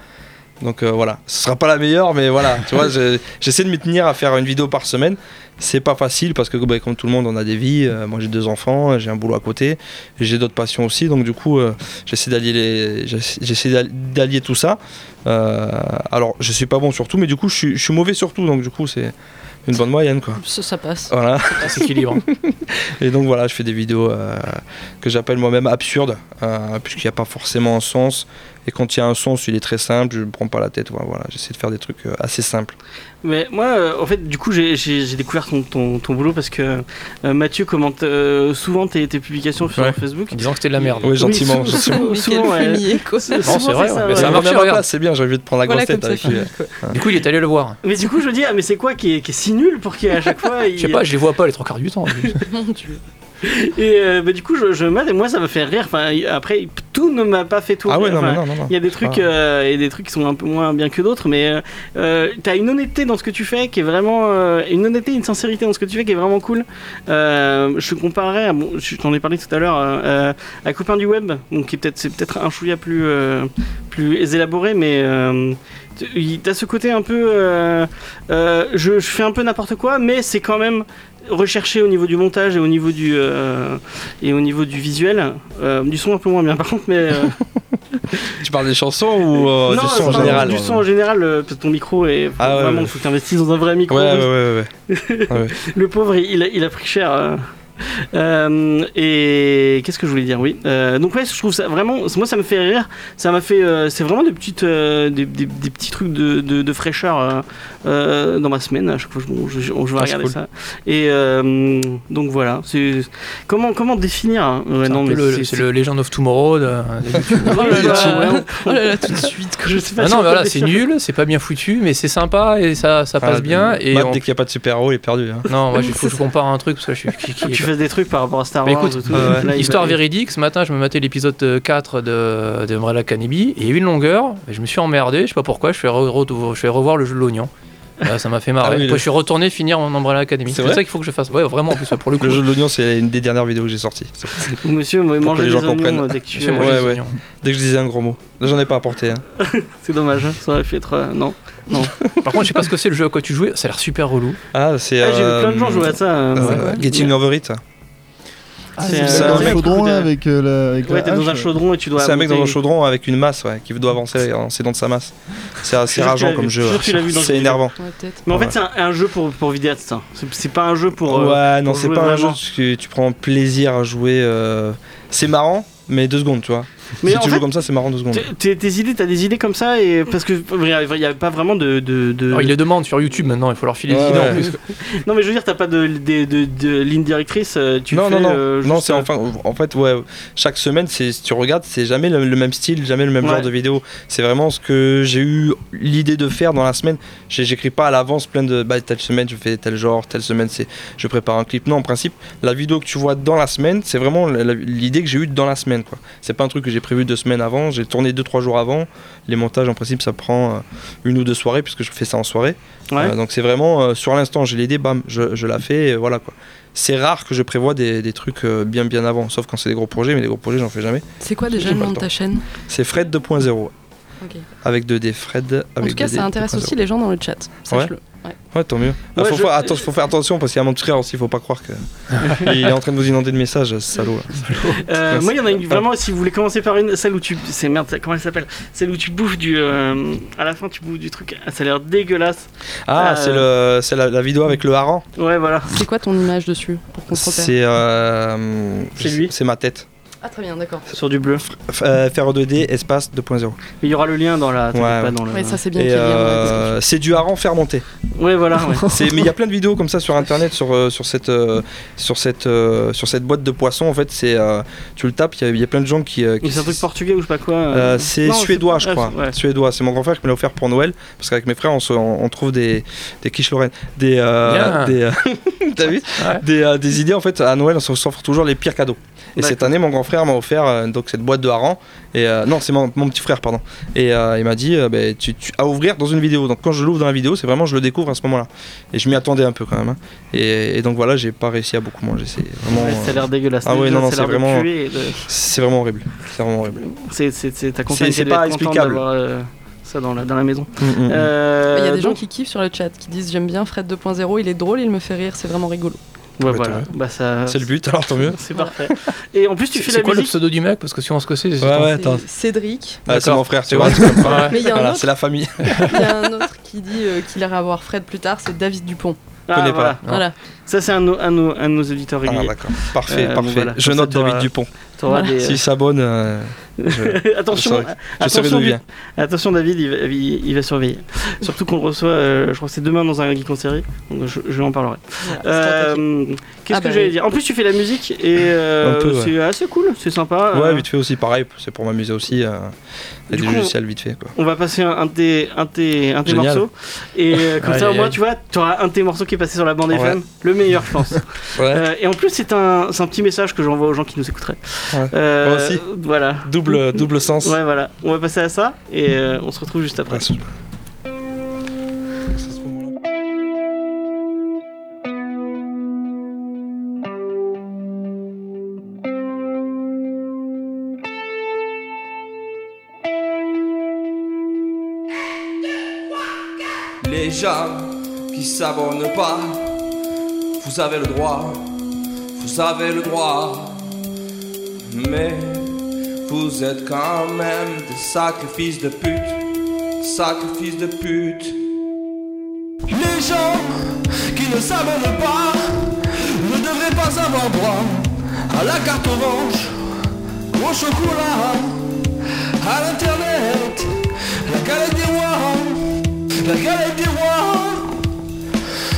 E: Donc euh, voilà, ce sera pas la meilleure, mais voilà, tu vois, je- j'essaie de m'y tenir à faire une vidéo par semaine. C'est pas facile parce que, bah, comme tout le monde, on a des vies. Euh, moi, j'ai deux enfants, j'ai un boulot à côté, j'ai d'autres passions aussi. Donc, du coup, euh, j'essaie d'allier les- j'essa- j'essaie d'al- d'allier tout ça. Euh, alors, je suis pas bon sur tout, mais du coup, je suis, je suis mauvais sur tout, donc du coup, c'est une bonne moyenne, quoi.
C: Ça, ça passe.
E: Voilà.
B: c'est équilibre.
E: Et donc voilà, je fais des vidéos euh, que j'appelle moi-même absurdes, euh, puisqu'il n'y a pas forcément un sens. Et quand il y a un sens, il est très simple, je ne prends pas la tête. Voilà, voilà. j'essaie de faire des trucs euh, assez simples.
A: Mais moi, euh, en fait, du coup, j'ai- j'ai j'ai découvert ton, ton, ton boulot parce que euh, Mathieu commente euh, souvent tes, tes publications sur
E: Ouais.
A: Facebook.
B: En disant que c'était de la merde.
E: Oui, gentiment.
A: sou-
E: gentiment.
A: sou-
C: Mais quel
A: souvent, ouais.
C: fumier,
B: Non,
C: quoi.
B: c'est
A: Souvent,
B: vrai,
A: c'est
B: ouais,
A: ça,
B: mais
A: ouais.
E: Ça
B: a
E: a
B: marché,
E: marché
B: regarde.
E: c'est bien, j'ai envie de prendre la
C: Voilà
E: grosse
C: comme
E: tête
C: ça
E: avec
C: finit.
E: lui.
B: Du coup, il est allé le voir.
A: Mais du coup, je me dis, ah, mais c'est quoi qui est, qui est si nul pour qu'à chaque fois. Il...
B: Je sais pas, je les vois pas les trois quarts du temps.
C: Mon dieu.
A: Et euh, bah, du coup, je, je mate et moi, ça me fait rire. Enfin, y- après, tout ne m'a pas fait tout.
E: Ah ouais, non, mais non, non, non.
A: Il y a des trucs
E: Ah.
A: euh, et des trucs qui sont un peu moins bien que d'autres, mais euh, euh, t'as une honnêteté dans ce que tu fais qui est vraiment euh, une honnêteté, une sincérité dans ce que tu fais qui est vraiment cool. Euh, je te comparerais, à, bon, je t'en ai parlé tout à l'heure, euh, euh, à copain du web, donc qui est peut-être c'est peut-être un chouïa plus euh, plus élaboré, mais euh, tu- il- t'as ce côté un peu, euh, euh, je, je fais un peu n'importe quoi, mais c'est quand même recherché au niveau du montage et au niveau du euh, et au niveau du visuel Euh, du son un peu moins bien par contre mais euh,
E: Tu parles des chansons ou euh,
A: non,
E: des sons en
A: pardon,
E: général
A: Du son en général, euh, parce que ton micro est.
E: Ah ouais,
A: vraiment,
E: ouais.
A: faut que tu investisses dans un vrai
E: Ouais,
A: micro.
E: ouais, ouais.
A: Le pauvre, il, il a, il a pris cher. euh. Euh, et qu'est-ce que je voulais dire Oui. Euh, donc ouais, je trouve ça vraiment. Moi, ça me fait rire. Ça m'a fait. euh, c'est vraiment des petites, euh, des, des- des petits trucs de, de- de fraîcheur euh, euh, dans ma semaine. À chaque fois, je, bon, je, je- je vais
E: Ah, c'est
A: regarder
E: cool.
A: ça. Et euh, donc voilà. C'est comment comment définir hein Ouais,
B: C'est un peu le- c'est le Legend of Tomorrow. de- Ah de YouTube.
A: Oh là là, ouais,
C: Oh là là, tout de suite.
A: on- je sais pas
B: Ah
A: si
B: non,
A: on
B: mais
A: peut
B: voilà, c'est
A: définir.
B: nul, c'est pas bien foutu, mais c'est sympa et ça,
A: Ah,
B: ça passe bien. Et on-
E: Ah, dès qu'il n'y a pas de super-héros, il est perdu. hein.
B: Non, moi, il faut que je compare un truc parce que je suis
A: Faut que
B: kiki.
A: tu fasses des trucs par rapport à Star
B: Bah,
A: Wars.
B: écoute,
A: ou tout.
E: euh,
A: Là, il
B: Histoire
A: va-
B: véridique, ce matin, je me matais l'épisode 4 de, de Umbrella Academy, et une longueur, et je me suis emmerdé, je sais pas pourquoi, je fais, re- re- je fais revoir le jeu de l'oignon. Bah, ça m'a fait marrer.
E: Ah oui,
B: Après,
E: le-
B: je suis retourné finir mon Umbrella Academy.
E: C'est
B: C'est
E: vrai
B: ça qu'il faut que je fasse. Ouais, vraiment, en plus, ouais, pour le coup.
E: Le jeu de l'oignon, c'est une des dernières vidéos que j'ai sorties.
A: Monsieur, moi,
E: Pour que
A: mangez
E: les
A: des
E: gens
A: oignons
E: comprennent.
A: euh, dès que tu
B: Fais-moi
A: euh,
E: Ouais,
B: les
E: ouais.
B: oignons.
E: Dès que je disais un gros mot. Là, j'en ai pas apporté. hein.
A: C'est dommage, hein, ça aurait fait être. euh, non.
B: Par contre, je sais pas ce que c'est le jeu à quoi tu jouais. Ça a l'air super relou.
E: Ah, c'est.
A: Ah, J'ai vu
E: euh,
A: plein de gens jouer à ça. euh,
E: euh,
A: moi.
E: Getting Over It.
A: Ah, c'est
D: C'est
A: un
D: un
A: mec-
D: chaudron là, avec euh, la. avec
A: Ouais,
D: la
A: t'es dans un
D: hache.
A: chaudron et tu dois.
E: C'est un mec dans un
A: monter-
E: chaudron avec une masse ouais, qui doit avancer en s'aidant de sa masse. C'est assez
A: Je jure que tu
E: rageant
A: l'as
E: comme
A: vu.
E: jeu.
A: Je jure que tu l'as vu dans
E: C'est
A: une vidéo.
E: énervant.
C: Ouais, peut-être.
A: Mais en fait,
E: Ouais.
A: c'est un, un jeu pour, pour vidéaste, ça. C'est- C'est pas un jeu pour. euh,
E: Ouais, non,
A: pour
E: c'est
A: jouer
E: pas un jeu
A: vraiment.
E: que tu prends plaisir à jouer. euh, C'est marrant, mais deux secondes, tu vois.
A: Mais
E: si
A: en
E: tu
A: fait,
E: joues comme ça, c'est marrant deux secondes.
A: t'es- t'es- tes idées, t'as des idées comme ça et parce que il y a pas vraiment de. de, de-
B: Alors, ils les demandent sur YouTube maintenant. Il faut leur filer
E: Ouais,
B: des idées en
E: ouais.
B: plus.
A: Non, mais je veux dire, t'as pas de, de, de, de ligne directrice. euh, Tu
E: non,
A: fais,
E: non, non,
A: euh,
E: non,
A: juste,
E: c'est
A: euh,
E: enfin, en fait, ouais, chaque semaine, c'est, si tu regardes, c'est jamais le, le même style, jamais le même
A: Ouais.
E: genre de vidéo. C'est vraiment ce que j'ai eu l'idée de faire dans la semaine. J'ai- J'écris pas à l'avance plein de, bah, telle semaine, je fais tel genre, telle semaine, c'est, je prépare un clip. Non, en principe, la vidéo que tu vois dans la semaine, c'est vraiment la- la- l'idée que j'ai eue dans la semaine, quoi. C'est pas un truc que j'ai prévu deux semaines avant, j'ai tourné deux, trois jours avant. Les montages, en principe, ça prend euh, une ou deux soirées, puisque je fais ça en soirée.
A: Ouais.
E: Euh, donc c'est vraiment euh, sur l'instant, j'ai l'idée, bam, je, je la fais, et voilà quoi. C'est rare que je prévois des, des trucs euh, bien bien avant, sauf quand c'est des gros projets, mais des gros projets, j'en fais jamais.
C: C'est quoi déjà
E: J'ai
C: le
E: pas
C: nom
E: le
C: de
E: temps.
C: ta chaîne
E: C'est Fred 2.0,
C: Ok.
E: avec 2D, Fred.
C: En
E: Avec
C: tout cas,
E: 2D,
C: ça intéresse
E: 2.0.
C: aussi les gens dans le chat. Sache-le.
E: Ouais, tant mieux. Ah,
A: Ouais,
E: faut,
A: je-
E: faire, atten- faut faire attention parce qu'il y a un monde frère aussi, faut pas croire que. Il est en train de vous inonder de messages, ce salaud. là.
A: Euh,
E: Merci.
A: moi, il y en a une vraiment. Si vous voulez commencer par une, celle où tu, c'est merde, comment elle s'appelle Celle où tu bouffes du, euh, à la fin, tu bouffes du truc. Ah, Ça a l'air dégueulasse.
E: Ah,
A: Euh,
E: c'est le, c'est la, la vidéo avec le hareng.
A: Ouais, voilà.
C: C'est quoi ton image dessus pour qu'on se repère
E: C'est. euh,
A: C'est lui
E: C'est ma tête.
C: Ah très bien, d'accord.
A: Sur du bleu.
E: F- euh, Faire 2D, espace 2.0.
A: Mais il y aura le lien dans la. t'inquiète
E: Ouais.
A: pas, dans le-
C: Ouais, ça c'est bien hein,
E: Et
C: qu'il y ait bien dans la description.
E: euh, c'est du hareng fermenté.
A: Ouais, voilà. ouais.
E: C'est- mais il y a plein de vidéos comme ça sur internet sur euh, sur cette euh, sur cette euh, sur cette boîte de poisson en fait c'est euh, tu le tapes il y a- il y, a plein de gens qui, euh, qui-
A: Mais c'est un truc portugais ou je sais pas quoi. euh,
E: Euh, c'est
A: non,
E: suédois je
A: ah,
E: crois
A: c'est- ouais.
E: suédois c'est mon grand frère qui me l'a offert pour Noël parce qu'avec mes frères on, se, on, on trouve des des quiches lorraines des
B: Bien.
E: euh, des euh, t'as vu
B: Ouais.
E: des, euh, des idées en fait à Noël on se- s'offre toujours les pires cadeaux et
A: D'accord.
E: cette année mon grand frère m'a offert euh, donc cette boîte de harengs et euh, non c'est mon, mon petit frère pardon et euh, il m'a dit euh, ben, tu, tu- à ouvrir dans une vidéo donc quand je l'ouvre dans la vidéo c'est vraiment je le découvre à ce moment là et je m'y attendais un peu quand même hein. et, et donc voilà j'ai pas réussi à beaucoup manger c'est vraiment
A: Ouais, ça a
E: euh,
A: l'air dégueulasse.
E: Ah ouais,
A: Déjà,
E: non, non,
A: ça a
E: c'est
A: l'air de
E: vraiment-
A: puer et de-
E: c'est vraiment horrible c'est vraiment horrible
A: C'est c'est- c'est ta compagne
E: C'est-
A: qui
E: c'est
A: doit
E: pas
A: être contente
E: explicable.
A: d'avoir, euh, ça dans la, dans la maison.
E: Mm, mm, mm.
A: Euh,
C: Il y a des gens
A: donc-
C: qui kiffent sur le chat, qui disent j'aime bien Fred 2.0, il est drôle, il me fait rire, c'est vraiment rigolo.
A: Ouais,
E: Ouais,
A: voilà.
E: tant mieux.
A: Bah, ça...
E: c'est le but alors tant mieux
A: C'est parfait. Et en plus, tu fais
B: C'est
A: la
B: quoi le
A: musique.
B: pseudo du mec Parce que si on se connaissait, c'est
E: Ouais, ouais,
C: C'est
E: attends.
C: Cédric,
E: Ah, c'est
B: D'accord.
E: mon frère, tu
B: Ouais.
E: vois. tu comprends.
B: Ouais.
C: mais il y, a un
E: Voilà,
C: autre-
E: c'est la famille.
C: il y a un autre qui dit euh, qu'il irait avoir Fred plus tard, c'est David Dupont.
A: Ah,
E: connais pas.
A: voilà.
B: Ah.
C: Voilà.
A: Ça, c'est un, de nos- un de nos- un de nos auditeurs
E: Ah,
A: réguliers.
E: d'accord. Parfait,
A: Euh,
E: parfait.
A: voilà.
E: Je
A: Comme ça,
E: note David
A: t'auras-
E: Dupont.
A: T'auras
C: Voilà.
A: des-
E: S'il s'abonne, euh, je,
A: attention,
E: je saurais- je
A: attention,
E: saurai d'où il
A: David-
E: vient.
A: attention, David, il va, il- il va surveiller. Surtout qu'on reçoit, euh, je crois que c'est demain dans un geek en série. Donc je, je lui en parlerai.
C: Voilà, c'est
A: Euh,
C: stratégique.
A: Qu'est-ce
C: Ah,
A: que
C: bah,
A: j'allais
C: oui.
A: dire En plus, tu fais la musique et euh,
E: Un peu, ouais.
A: c'est assez cool, c'est sympa.
E: Ouais,
A: Euh,
E: vite fait aussi, pareil. C'est pour m'amuser aussi. euh, Il
A: Du
E: y a
A: coup,
E: des logiciels vite fait. Quoi.
A: On va passer un, un de tes, un de tes- un de tes
E: Génial.
A: morceaux. Et euh, comme
B: Aïe,
A: ça, au
B: aïe,
A: moins,
B: aïe.
A: tu vois, tu auras un de tes morceaux qui est passé sur la bande
E: Ouais.
A: FM. Le meilleur, je pense.
E: Ouais.
A: Euh, et en plus, c'est un, c'est un petit message que j'envoie aux gens qui nous écouteraient.
E: Ouais.
A: Euh,
E: Moi aussi.
A: Voilà.
E: Double, double sens.
A: Ouais, voilà. On va passer à ça et euh, on se retrouve juste après.
E: Ouais, c'est-
F: Les gens qui s'abonnent pas, vous avez le droit, vous avez le droit. Mais vous êtes quand même des sacrifices de pute, sacrifices de pute. Les gens qui ne s'abonnent pas ne devraient pas avoir droit à la carte orange, au chocolat, à l'internet, la galette des rois. La galette des rois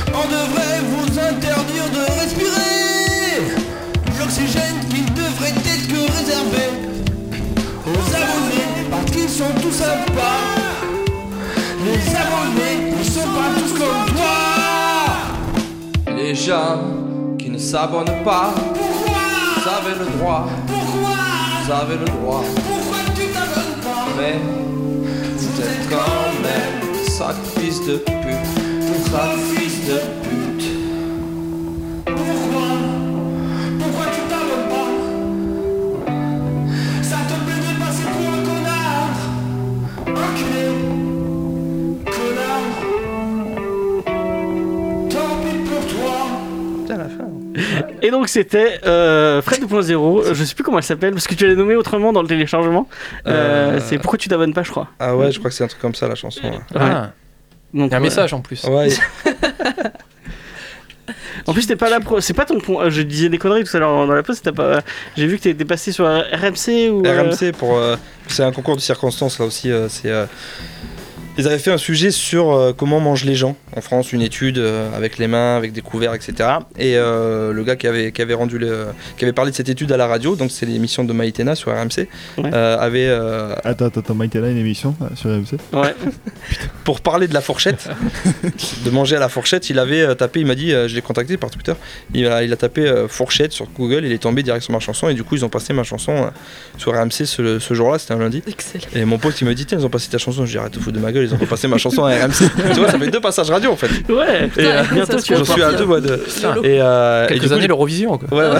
F: On devrait vous interdire de respirer L'oxygène qui devrait être que réservé Aux abonnés parce qu'ils sont tous sympas Les abonnés ne sont pas tous comme toi Les gens qui ne s'abonnent pas Pourquoi Vous avez le droit Pourquoi Vous avez le droit Pourquoi tu t'abonnes Ah, pas Mais vous êtes quand même sacrifice de pute, Sale fils de pute.
G: Pourquoi Pourquoi tu parles pas Ça te plaît de passer pour un connard Enculé Connard Tant pis pour toi
E: Putain, la fin.
A: Et donc c'était euh, Fred 2.0, je sais plus comment elle s'appelle, parce que tu l'as nommée autrement dans le téléchargement. Euh,
E: Euh,
A: C'est pourquoi tu t'abonnes pas, je crois.
E: Ah ouais, je crois que c'est un truc comme ça la chanson. ouais.
B: Ah,
A: Donc,
B: il y a un
A: euh,
B: message en plus.
E: Ouais,
A: En plus, t'es pas là pour. C'est pas ton point. euh, Je disais des conneries tout à l'heure dans la pause. t'as pas... J'ai vu que t'étais passé sur euh, RMC ou. euh,
E: RMC pour euh, c'est un concours de circonstances là aussi euh, c'est euh, ils avaient fait un sujet sur euh, comment mangent les gens en France, une étude euh, avec les mains, avec des couverts, etc. Et euh, le gars qui avait, qui, avait rendu le, qui avait parlé de cette étude à la radio, donc c'est l'émission de Maïtena sur RMC,
A: Ouais.
E: euh, avait, euh,
D: Attends, attends, attends, Mike, elle a une émission euh, sur AMC
A: Ouais.
E: pour parler de la fourchette, de manger à la fourchette, il avait euh, tapé, il m'a dit, euh, je l'ai contacté par Twitter, il a, il a tapé euh, fourchette sur Google, il est tombé direct sur ma chanson, et du coup ils ont passé ma chanson euh, sur RMC ce, ce jour-là, c'était un lundi.
C: Excellent.
E: Et mon pote il me dit tiens ils ont passé ta chanson, je dis arrête de foutre de ma gueule, ils ont pas passé ma chanson à RMC. tu vois ça fait deux passages radio en fait.
A: Ouais.
E: Et euh,
C: Ça
A: bientôt,
C: se
A: tu vas
E: j'en suis à
A: partir.
E: deux mois de.
C: Lolo.
E: Et, euh, et
B: Quelques
E: du coup,
B: années
E: je-
B: l'Eurovision quoi.
E: Ouais, ouais.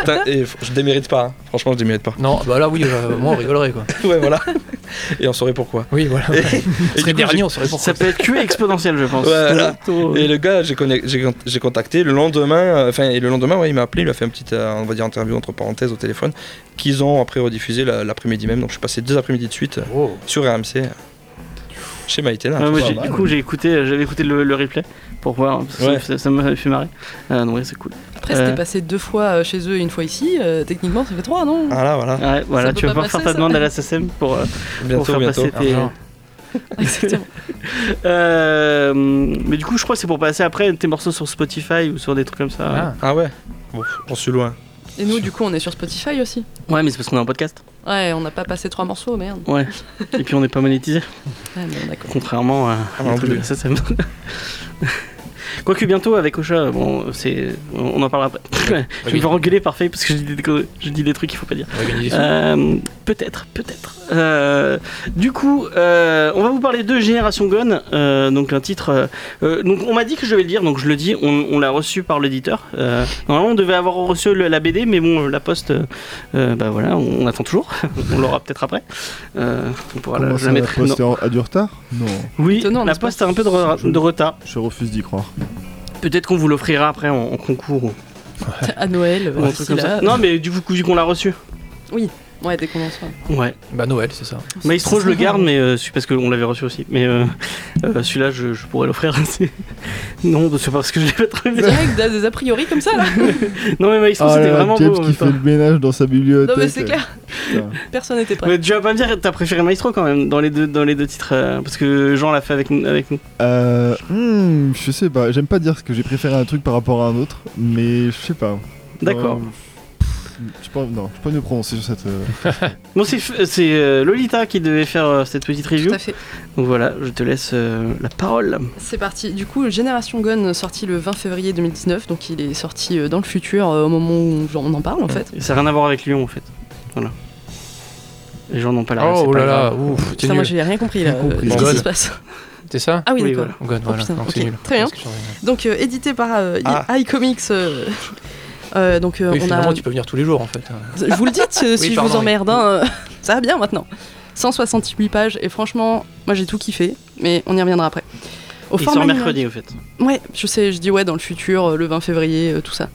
E: Putain, et f- je démérite pas, hein. franchement je démérite pas.
B: Non, bah là oui, euh, moi on rigolerait quoi.
E: Ouais voilà. Et on saurait pourquoi.
B: Oui, voilà.
E: Et,
B: On serait
E: du coup,
B: dernier, on serait pour
A: Ça peut être QE exponentiel, je pense.
E: Ouais, voilà.
A: Plutôt, euh,
E: Et le gars, j'ai conna- j'ai con- j'ai contacté le lendemain, euh, enfin, et le lendemain, ouais, il m'a appelé, il a fait une petite, euh, on va dire, interview entre parenthèses au téléphone, qu'ils ont après rediffusé la- l'après-midi même. Donc, je suis passé deux après-midi de suite euh,
B: Oh.
E: sur RMC, euh, chez Maïtena.
A: ouais, Ah, moi,
D: pas
A: j'ai-
D: mal.
A: du coup, j'ai écouté, euh, j'avais écouté le, le replay pour voir. parce que
E: Ouais.
A: ça- Ça m'a fait marrer. Euh, non, ouais, c'est cool.
C: Après, c'était
A: Euh.
C: passé deux fois euh, chez eux et une fois ici. euh, techniquement, ça fait trois, non
A: Ah.
E: Voilà, Ah, voilà.
A: Ouais, voilà,
C: peut
A: tu vas
C: pas
A: pouvoir
C: passer,
A: faire ta
C: ça
A: demande à la SSM pour, euh, pour
E: Bientôt,
A: faire
E: bientôt.
A: passer tes.
B: Argent.
C: Exactement.
A: Euh, mais du coup, je crois que c'est pour passer après tes morceaux sur Spotify ou sur des trucs comme ça.
B: Ah.
E: Ah ouais Bon, j'en suis loin.
C: Et nous, du coup, on est sur Spotify aussi.
E: Ah.
A: Ouais, mais c'est parce qu'on est en podcast.
C: Ouais, on n'a pas passé trois morceaux, merde.
A: Ouais. Et puis on n'est pas monétisé,
C: Ouais, mais d'accord.
A: contrairement à
E: Ah,
A: à un truc de
E: non
A: la SSM. Quoique bientôt avec Ocha, bon, c'est, on on en parlera après. je vais me faire engueuler parfait parce que je dis des, je dis des trucs qu'il faut pas dire.
B: On va gagner des sous.
A: Euh, peut-être, peut-être. Euh, du coup, euh, on va vous parler de Génération Gone, euh, donc un titre. euh, euh, donc on m'a dit que je vais le dire, donc je le dis. On, on l'a reçu par l'éditeur. Euh, normalement, on devait avoir reçu le- la BD, mais bon, la poste, euh, euh, bah voilà, on, on attend toujours. on l'aura peut-être après. Euh, on pourra la,
D: Comment
A: je
D: ça,
A: la
D: la
A: mettrai-
D: poste
A: non.
D: est en- a du retard Non,
A: Oui,
C: Étonnant,
A: la
C: n'est-ce pas
A: poste a un peu de, re- de retard.
D: je refuse d'y croire.
A: Peut-être qu'on vous l'offrira après en, en concours ou,
C: À Noël,
A: ou
C: euh,
A: un truc comme
C: d'ici là.
A: ça. Non, mais du coup, vu qu'on l'a reçu.
C: Ouais, dès qu'on en soit.
A: Ouais.
B: Bah Noël, c'est ça.
A: Mais il se trouve, je le garde, mais euh, celui- parce qu'on l'avait reçu aussi. Mais euh, euh, celui-là, je, je pourrais l'offrir. C'est- non, c'est pas parce que je l'ai pas trouvé.
C: Direct, des des a priori comme ça, là.
A: Non, mais Maestro,
D: Ah
A: c'était
D: là là,
A: vraiment
D: James
A: beau. en
D: qui
A: même temps.
D: fait le ménage dans sa
C: Non,
D: bibliothèque.
C: mais c'est clair.
D: Putain.
C: Personne n'était prêt.
A: Mais tu vas pas me dire, t'as préféré Maestro quand même dans les deux, dans les deux titres, euh, parce que Jean l'a fait avec, nous- avec nous.
D: Euh, hmm, je sais pas, j'aime pas dire ce que j'ai préféré à un truc par rapport à un autre, mais je sais pas.
A: D'accord.
D: Euh, je peux, non, je peux pas me prononcer sur cette. euh,
A: Bon, c'est f- c'est euh, Lolita qui devait faire euh, cette petite review.
C: Tout à fait.
A: Donc voilà, je te laisse euh, la parole.
C: C'est parti. Du coup, Génération Gone, sorti le 20 février 2019, donc il est sorti euh, dans le futur euh, au moment où on en parle, en fait.
A: Et Ça n'a rien à voir avec Lyon en fait. Voilà. Les gens n'ont pas la ref, c'est
B: oh
A: pas
B: là là,
A: grave.
B: ouf, t'es
C: Ça, moi,
B: nul.
C: j'ai rien compris, là.
D: Rien compris.
C: Qu'est-ce qui
B: Gone.
C: se passe
B: C'est ça
C: Ah oui,
A: Oui,
C: d'accord.
A: voilà.
B: Oh God, voilà.
C: putain,
B: Donc
C: ok.
B: c'est nul.
C: Très bien.
B: Parce que j'en ai-
C: Donc euh, édité par euh, I-
E: Ah.
C: iComics. euh, euh, donc euh,
B: Oui,
C: on
B: finalement,
C: a.
B: tu peux venir tous les jours en fait.
C: Je vous le dis euh, si
B: Oui,
C: je
B: pardon,
C: vous
B: oui.
C: emmerde. hein, euh, ça va bien maintenant. 168 pages et franchement, moi j'ai tout kiffé, mais on y reviendra après. Au
A: Il
C: format
A: sort
C: numérique-
A: mercredi en fait.
C: Ouais, je sais, je dis ouais dans le futur, euh, le 20 février, euh, tout ça.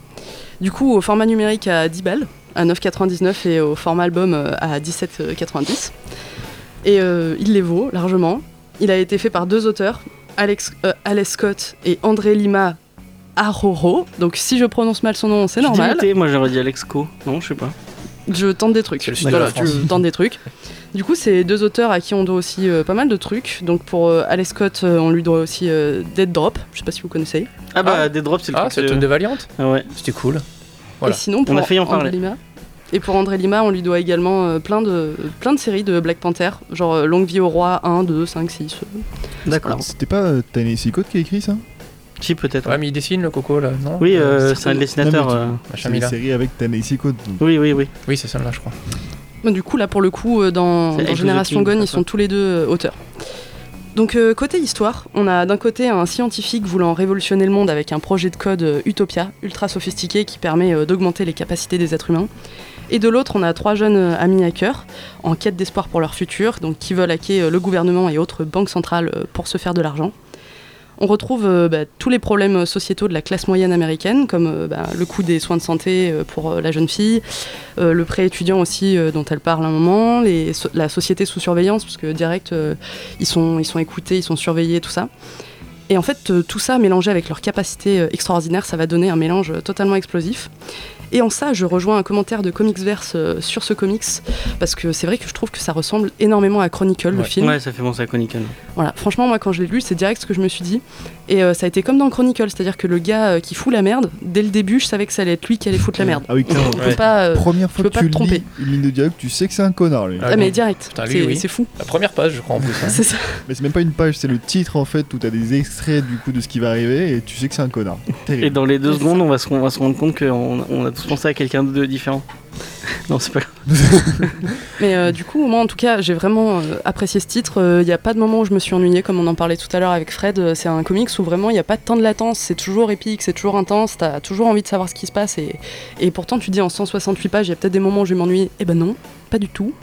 C: Du coup, au format numérique à 10 balles, à 9,99 et au format album euh, à 17,90. Et euh, il les vaut largement. Il a été fait par deux auteurs, Alex, euh, Alex Scott et André Lima Aroro. Donc si je prononce mal son nom, c'est
A: Je dis
C: normal.
A: l'été, Moi j'aurais dit Alexco. Non, je sais pas.
C: Je tente des trucs.
B: C'est le sud de la France.
C: je tente des trucs. Du coup, c'est deux auteurs à qui on doit aussi euh, pas mal de trucs. Donc pour euh, Alex Scott, euh, on lui doit aussi euh, Dead Drop. Je sais pas si vous connaissez.
A: Ah bah, des drops, c'est le
B: Ah,
A: truc
B: c'est le
A: de-
B: truc de Valiante
A: Ah ouais.
B: C'était cool. Voilà.
C: Et sinon, pour
A: On a failli en
C: André
A: parler.
C: Lima, et pour André Lima, on lui doit également euh, plein, de, euh, plein de séries de Black Panther, genre euh, Longue vie au roi 1, 2, 5, 6. euh.
A: D'accord.
D: C'était pas euh, Tennessee Code qui a écrit ça
A: Si, peut-être.
B: Ouais, mais il dessine le coco là, non
A: Oui, euh, c'est un
C: certainement.
A: dessinateur. euh,
B: Machin
D: C'est une
B: Mila.
D: série avec Tennessee Code.
A: Oui, oui, oui.
B: Oui, c'est celle-là, je crois.
C: Mais Du coup, là, pour le coup, euh,
A: C'est
C: dans, dans
A: Echo the
C: Génération
A: King,
C: Gone,
A: ça,
C: ils sont tous les deux euh, auteurs. Donc euh, côté histoire, on a d'un côté un scientifique voulant révolutionner le monde avec un projet de code euh, Utopia, ultra sophistiqué qui permet euh, d'augmenter les capacités des êtres humains. Et de l'autre, on a trois jeunes euh, amis hackers en quête d'espoir pour leur futur, donc qui veulent hacker euh, le gouvernement et autres banques centrales euh, pour se faire de l'argent. On retrouve euh, bah, tous les problèmes sociétaux de la classe moyenne américaine, comme euh, bah, le coût des soins de santé euh, pour euh, la jeune fille, euh, le prêt étudiant aussi euh, dont elle parle à un moment, les so- la société sous surveillance, parce que direct, euh, ils sont, ils sont écoutés, ils sont surveillés, tout ça. Et en fait, euh, tout ça mélangé avec leur capacité euh, extraordinaire, ça va donner un mélange euh, totalement explosif. Et en ça, je rejoins un commentaire de Comicsverse euh, sur ce comics, parce que c'est vrai que je trouve que ça ressemble énormément à Chronicle, le
B: Ouais.
C: film.
A: Ouais, ça fait penser à Chronicle.
C: Voilà, franchement, moi, quand je l'ai lu, c'est direct ce que je me suis dit. Et euh, ça a été comme dans Chronicle, c'est-à-dire que le gars euh, qui fout la merde, dès le début, je savais que ça allait être lui qui allait foutre la merde.
D: Ah oui, clairement.
C: On peut
E: Ouais.
C: pas. euh,
D: Première
C: peux
D: fois que
C: pas
D: tu
C: te tromper.
D: lis une ligne de dialogue, tu sais que c'est un connard lui.
B: Ah,
C: ah, mais
B: bon.
C: direct,
B: Putain, lui,
C: c'est
B: oui.
C: c'est fou.
B: La première page, je crois, en plus. hein.
C: C'est ça.
D: Mais c'est même pas une page, c'est le titre en fait où t'as des extraits du coup de ce qui va arriver et tu sais que c'est un connard.
A: Et
D: Terrible.
A: dans les deux secondes, on va se, on va se rendre compte qu'on on a tous pensé à quelqu'un de différent. Non, c'est pas grave.
C: Mais euh, du coup, moi en tout cas, j'ai vraiment euh, apprécié ce titre. Il n'y a pas de moment où je me suis ennuyée, comme on en parlait tout à l'heure avec Fred. Euh, c'est un comics où vraiment il n'y a pas de temps de latence. C'est toujours épique, c'est toujours intense. T'as toujours envie de savoir ce qui se passe. Et, et pourtant, tu dis en 168 pages, il y a peut-être des moments où je vais m'ennuyer. Eh ben non, pas du tout.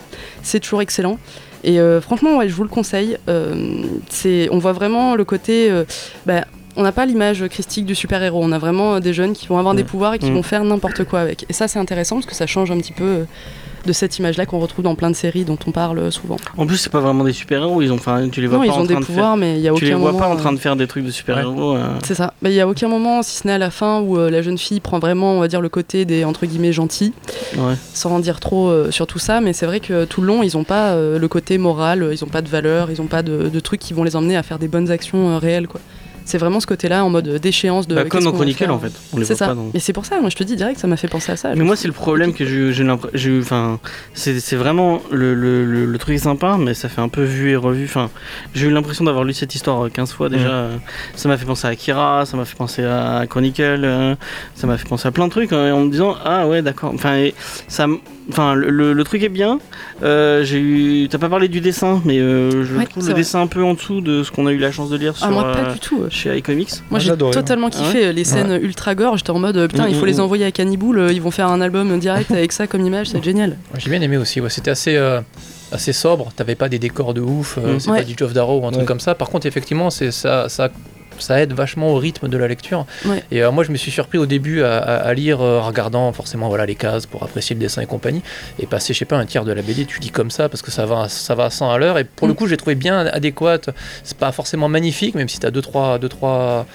C: C'est toujours excellent. Et euh, franchement, ouais, je vous le conseille. Euh, c'est- on voit vraiment le côté. euh, bah, on n'a pas l'image christique du super-héros. On a vraiment euh, des jeunes qui vont avoir des
B: Mm.
C: pouvoirs et qui
A: Mm.
C: vont faire n'importe quoi avec. Et ça, c'est intéressant parce que ça change un petit peu. euh, de cette image-là qu'on retrouve dans plein de séries dont on parle souvent.
A: En plus, c'est pas vraiment des super-héros. Ils ont, enfin, tu les vois
C: Non,
A: pas
C: ils
A: en
C: ont des
A: train de faire.
C: pouvoirs, mais il y a aucun
A: Tu les vois
C: moment.
A: pas en train
C: euh,
A: de faire des trucs de super-héros. euh,
C: C'est ça. Mais Il y a aucun moment, si ce n'est à la fin, où euh, la jeune fille prend vraiment, on va dire, le côté des entre guillemets gentils,
A: euh, ouais.
C: sans en dire trop euh, sur tout ça. Mais c'est vrai que tout le long, ils n'ont pas euh, le côté moral, euh, ils n'ont pas de valeur, ils n'ont pas de, de trucs qui vont les emmener à faire des bonnes actions euh, réelles, quoi. C'est vraiment ce côté-là en mode euh, déchéance de.
A: Bah, comme
C: qu'est-ce
A: dans
C: qu'on va
A: Chronicle,
C: faire.
A: en fait. On les
C: C'est
A: voit
C: ça.
A: pas dans.
C: Et c'est pour ça, moi je te dis direct, ça m'a fait penser à ça.
A: Mais moi, c'est le problème que j'ai eu- j'ai eu l'impr- j'ai eu. Enfin, c'est c'est vraiment le, le- le- le truc sympa, mais ça fait un peu vu et revu. Enfin, j'ai eu l'impression d'avoir lu cette histoire euh, 15 fois déjà.
B: Mhm.
A: Euh, Ça m'a fait penser à Akira, ça m'a fait penser à Chronicle, euh, ça m'a fait penser à plein de trucs hein, en me disant ah ouais d'accord. Enfin, et ça, m- enfin le, le- le truc est bien. Euh, j'ai eu. T'as pas parlé du dessin, mais euh, je
C: Ouais,
A: trouve
C: c'est
A: le
C: vrai.
A: dessin un peu en dessous de ce qu'on a eu la chance de lire sur.
C: Ah, moi
A: euh,
C: pas du tout. euh.
A: chez iComics.
C: Moi
E: Moi,
C: j'ai
E: j'adorais.
C: totalement
A: Ah
C: kiffé les scènes ultra gore, j'étais en mode euh, putain il faut
E: Mm,
C: les
E: mm,
C: envoyer à Canniboule, euh, ils vont faire un album direct avec ça comme image, c'est génial.
B: Ouais, J'ai bien aimé aussi, ouais. c'était assez, euh, assez sobre, t'avais pas des décors de ouf, euh,
A: Mm.
B: c'est
C: Ouais.
B: pas du Geoff Darrow ou un truc
E: Ouais.
B: comme ça. Par contre, effectivement, c'est ça, ça, ça aide vachement au rythme de la lecture.
C: Ouais.
B: Et euh, moi, je me suis surpris au début à, à- à lire euh, en regardant forcément voilà, les cases pour apprécier le dessin et compagnie. Et passer, je sais pas, un tiers de la BD, tu lis comme ça parce que ça va, ça va à 100 à l'heure. Et pour le
C: Mm.
B: coup, j'ai trouvé bien adéquate. C'est pas forcément magnifique, même si t'as 2-3 deux, trois, deux, trois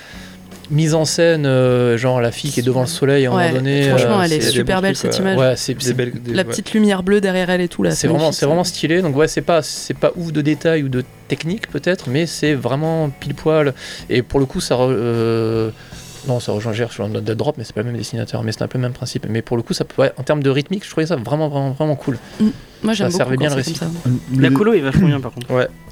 B: mises en scène, euh, genre la fille qui est devant le soleil à un
C: Ouais,
B: moment donné.
C: franchement
B: euh,
C: elle est
E: c'est des
C: super
E: bons
C: belle
E: trucs,
C: cette
E: ouais.
C: image.
B: Ouais, c'est
E: Des
B: c'est
E: belles- des-
C: La
E: ouais.
C: petite lumière bleue derrière elle et tout là.
B: c'est vraiment,
C: magnifique,
B: c'est
C: ça.
B: vraiment stylé. Donc ouais, c'est pas, c'est pas ouf de détails ou de technique peut-être, mais c'est vraiment pile poil. Et pour le coup, ça, re- euh, non, ça rejoint Gère sur un Dead Drop, mais c'est pas le même dessinateur, mais c'est un peu le même principe. Mais pour le coup, ça, peut- ouais, en termes de rythmique, je trouvais ça vraiment, vraiment, vraiment cool.
C: Moi j'aime
B: ça servait
C: beaucoup quand
B: bien le
C: c'est comme ça.
D: Le-
A: La colo est vachement bien par contre.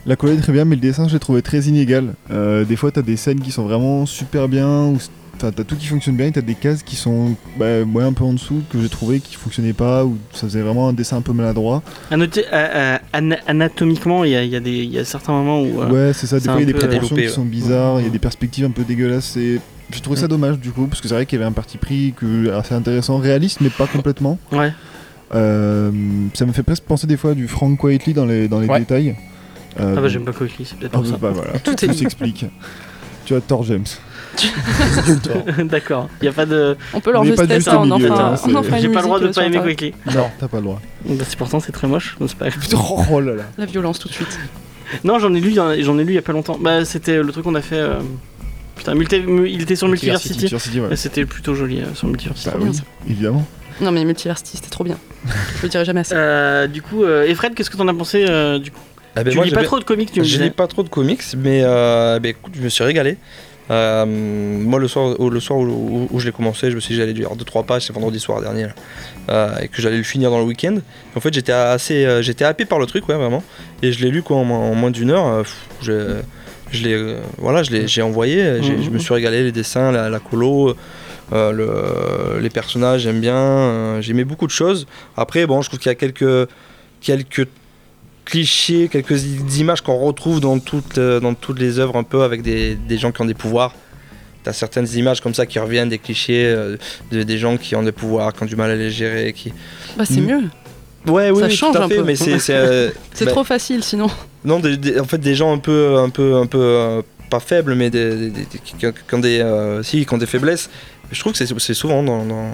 D: La couleur est très bien, mais le dessin, je l'ai trouvé très inégal. Euh, des fois, t'as des scènes qui sont vraiment super bien, ou t'as t'as tout qui fonctionne bien, et t'as des cases qui sont bah, moi, un peu en dessous, que j'ai trouvé qui fonctionnaient pas, ou ça faisait vraiment un dessin un peu maladroit.
A: À noter, à- à- euh, ana- anatomiquement, il y a, il y a des- il y a certains moments où. euh,
D: Ouais, c'est ça, des
A: C'est
D: fois, il
A: un
D: y a des
A: peu
D: proportions
E: développé,
D: qui
E: ouais.
D: sont bizarres, il
B: Mmh.
D: y a des perspectives un peu dégueulasses, et j'ai trouvé ça dommage du coup, parce que c'est vrai qu'il y avait un parti pris que, assez intéressant, réaliste, mais pas complètement.
A: ouais.
D: Euh, ça me fait presque penser des fois à du Frank Quietly dans les, dans les
B: Ouais.
D: détails. Euh,
A: Ah bah j'aime pas Coquely, c'est peut-être
D: ah
A: pour
D: bah,
A: ça.
D: bah, voilà,
C: Tout est
D: tout
C: dit.
D: s'explique. Tu as tort, James.
A: D'accord, il y a pas de.
C: On peut leur
D: On est pas
C: juste
D: juste
C: ça,
D: au
C: on en
D: milieu,
C: fera
D: hein,
C: on en
D: c'est-
C: fera une
A: J'ai pas le droit de
C: musique,
A: pas
C: euh, sur
A: aimer
C: Internet.
A: Quickly.
D: Non, t'as pas le droit.
A: Bah, c'est pourtant c'est très moche, non, c'est pas grave.
D: Putain, oh là là.
C: La violence tout de suite.
A: Non, j'en ai lu, il y en a- j'en ai lu il y a pas longtemps. Bah c'était le truc qu'on a fait. euh, Putain, multi- mu- il était sur
B: Multiversity.
A: Multiversity.
D: Culture City, ouais.
A: Bah, C'était plutôt joli euh, sur Multiversity.
D: Bah oui, évidemment.
C: Non mais Multiversity c'était trop bien. Je le dirai jamais assez.
A: Euh, du coup, euh, et Fred, qu'est-ce que t'en as pensé euh, du coup
E: Ah, ben,
A: Tu
E: moi,
A: lis
E: j'ai
A: pas
E: bien-
A: trop de comics, tu me
E: Je lis
A: disais.
E: pas trop de comics, mais euh, bah, écoute, je me suis régalé. Euh, moi, le soir, au- le soir où, où- où je l'ai commencé, je me suis dit que j'allais lire 2-3 pages, c'est vendredi soir dernier, là, euh, et que j'allais le finir dans le week-end. En fait, j'étais assez, euh, j'étais happé par le truc, ouais, vraiment. Et je l'ai lu quoi, en, moins- en moins d'une heure. euh, pff, je, je l'ai, euh, voilà, je l'ai, j'ai envoyé. euh, j'ai- Je me suis régalé, les dessins, la, la colo, euh, le- les personnages, j'aime bien. euh, j'aimais beaucoup de choses. Après, bon, je trouve qu'il y a quelques, quelques clichés, quelques i- images qu'on retrouve dans toutes, euh, dans toutes les œuvres un peu avec des, des gens qui ont des pouvoirs. T'as certaines images comme ça qui reviennent, des clichés euh, de- des gens qui ont des pouvoirs, qui ont du mal à les gérer, qui.
C: Bah, c'est
E: Mm.
C: mieux.
E: Ouais, oui,
C: Ça
E: oui,
C: change
E: tout à
C: un
E: fait,
C: peu.
E: mais c'est c'est, euh,
C: C'est
E: bah,
C: trop facile sinon.
E: non, des- des- en fait, des gens un peu, un peu, un peu, euh, pas faibles, mais des, des- des- qui, qui ont- qui ont des, euh, si, qui ont des faiblesses. Je trouve que c'est- c'est souvent dans, dans,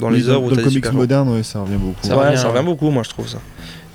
E: dans les
D: Oui,
E: œuvres où
D: dans le
E: t'as des
D: comics
E: super-héros.
D: moderne, ouais, ça revient hein. beaucoup.
B: Ça
E: ouais,
B: revient,
E: ça
B: ouais.
E: revient beaucoup, moi, je trouve ça.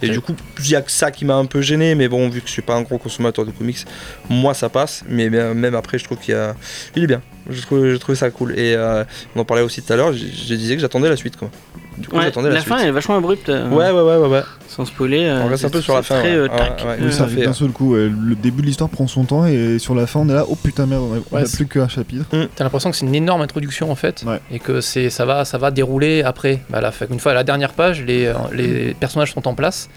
E: Et
B: C'est-
E: du coup, il y a que ça qui m'a un peu gêné, mais bon, vu que je suis pas un gros consommateur de comics, moi ça passe, mais euh, même après, je trouve qu'il y a... Il est bien, je trouve, je trouvais ça cool. Et euh, on en parlait aussi tout à l'heure, je, je disais que j'attendais la suite, quoi. Du coup,
A: Ouais,
E: j'attendais la,
A: la
E: suite.
A: fin elle est vachement abrupte. euh,
E: Ouais, ouais, ouais, ouais, ouais.
A: Sans spoiler. euh,
E: On reste un
A: c'est-
E: peu sur la
A: c'est
E: fin,
A: Très,
E: ouais.
A: euh, tac,
E: Ouais, ouais.
A: euh,
D: Oui, ça
E: à
D: arrive
E: fait,
D: d'un
E: ouais.
D: seul coup. ouais. Le début de l'histoire prend son temps et sur la fin, on est là. Oh putain, merde, on a- on a
B: Ouais, c'est-
D: plus qu'un chapitre.
B: T'as l'impression que c'est une énorme introduction en fait,
D: Ouais.
B: et que c'est ça va ça va dérouler après. Bah, à la fin- une fois à la dernière page, les, euh, les personnages sont en place,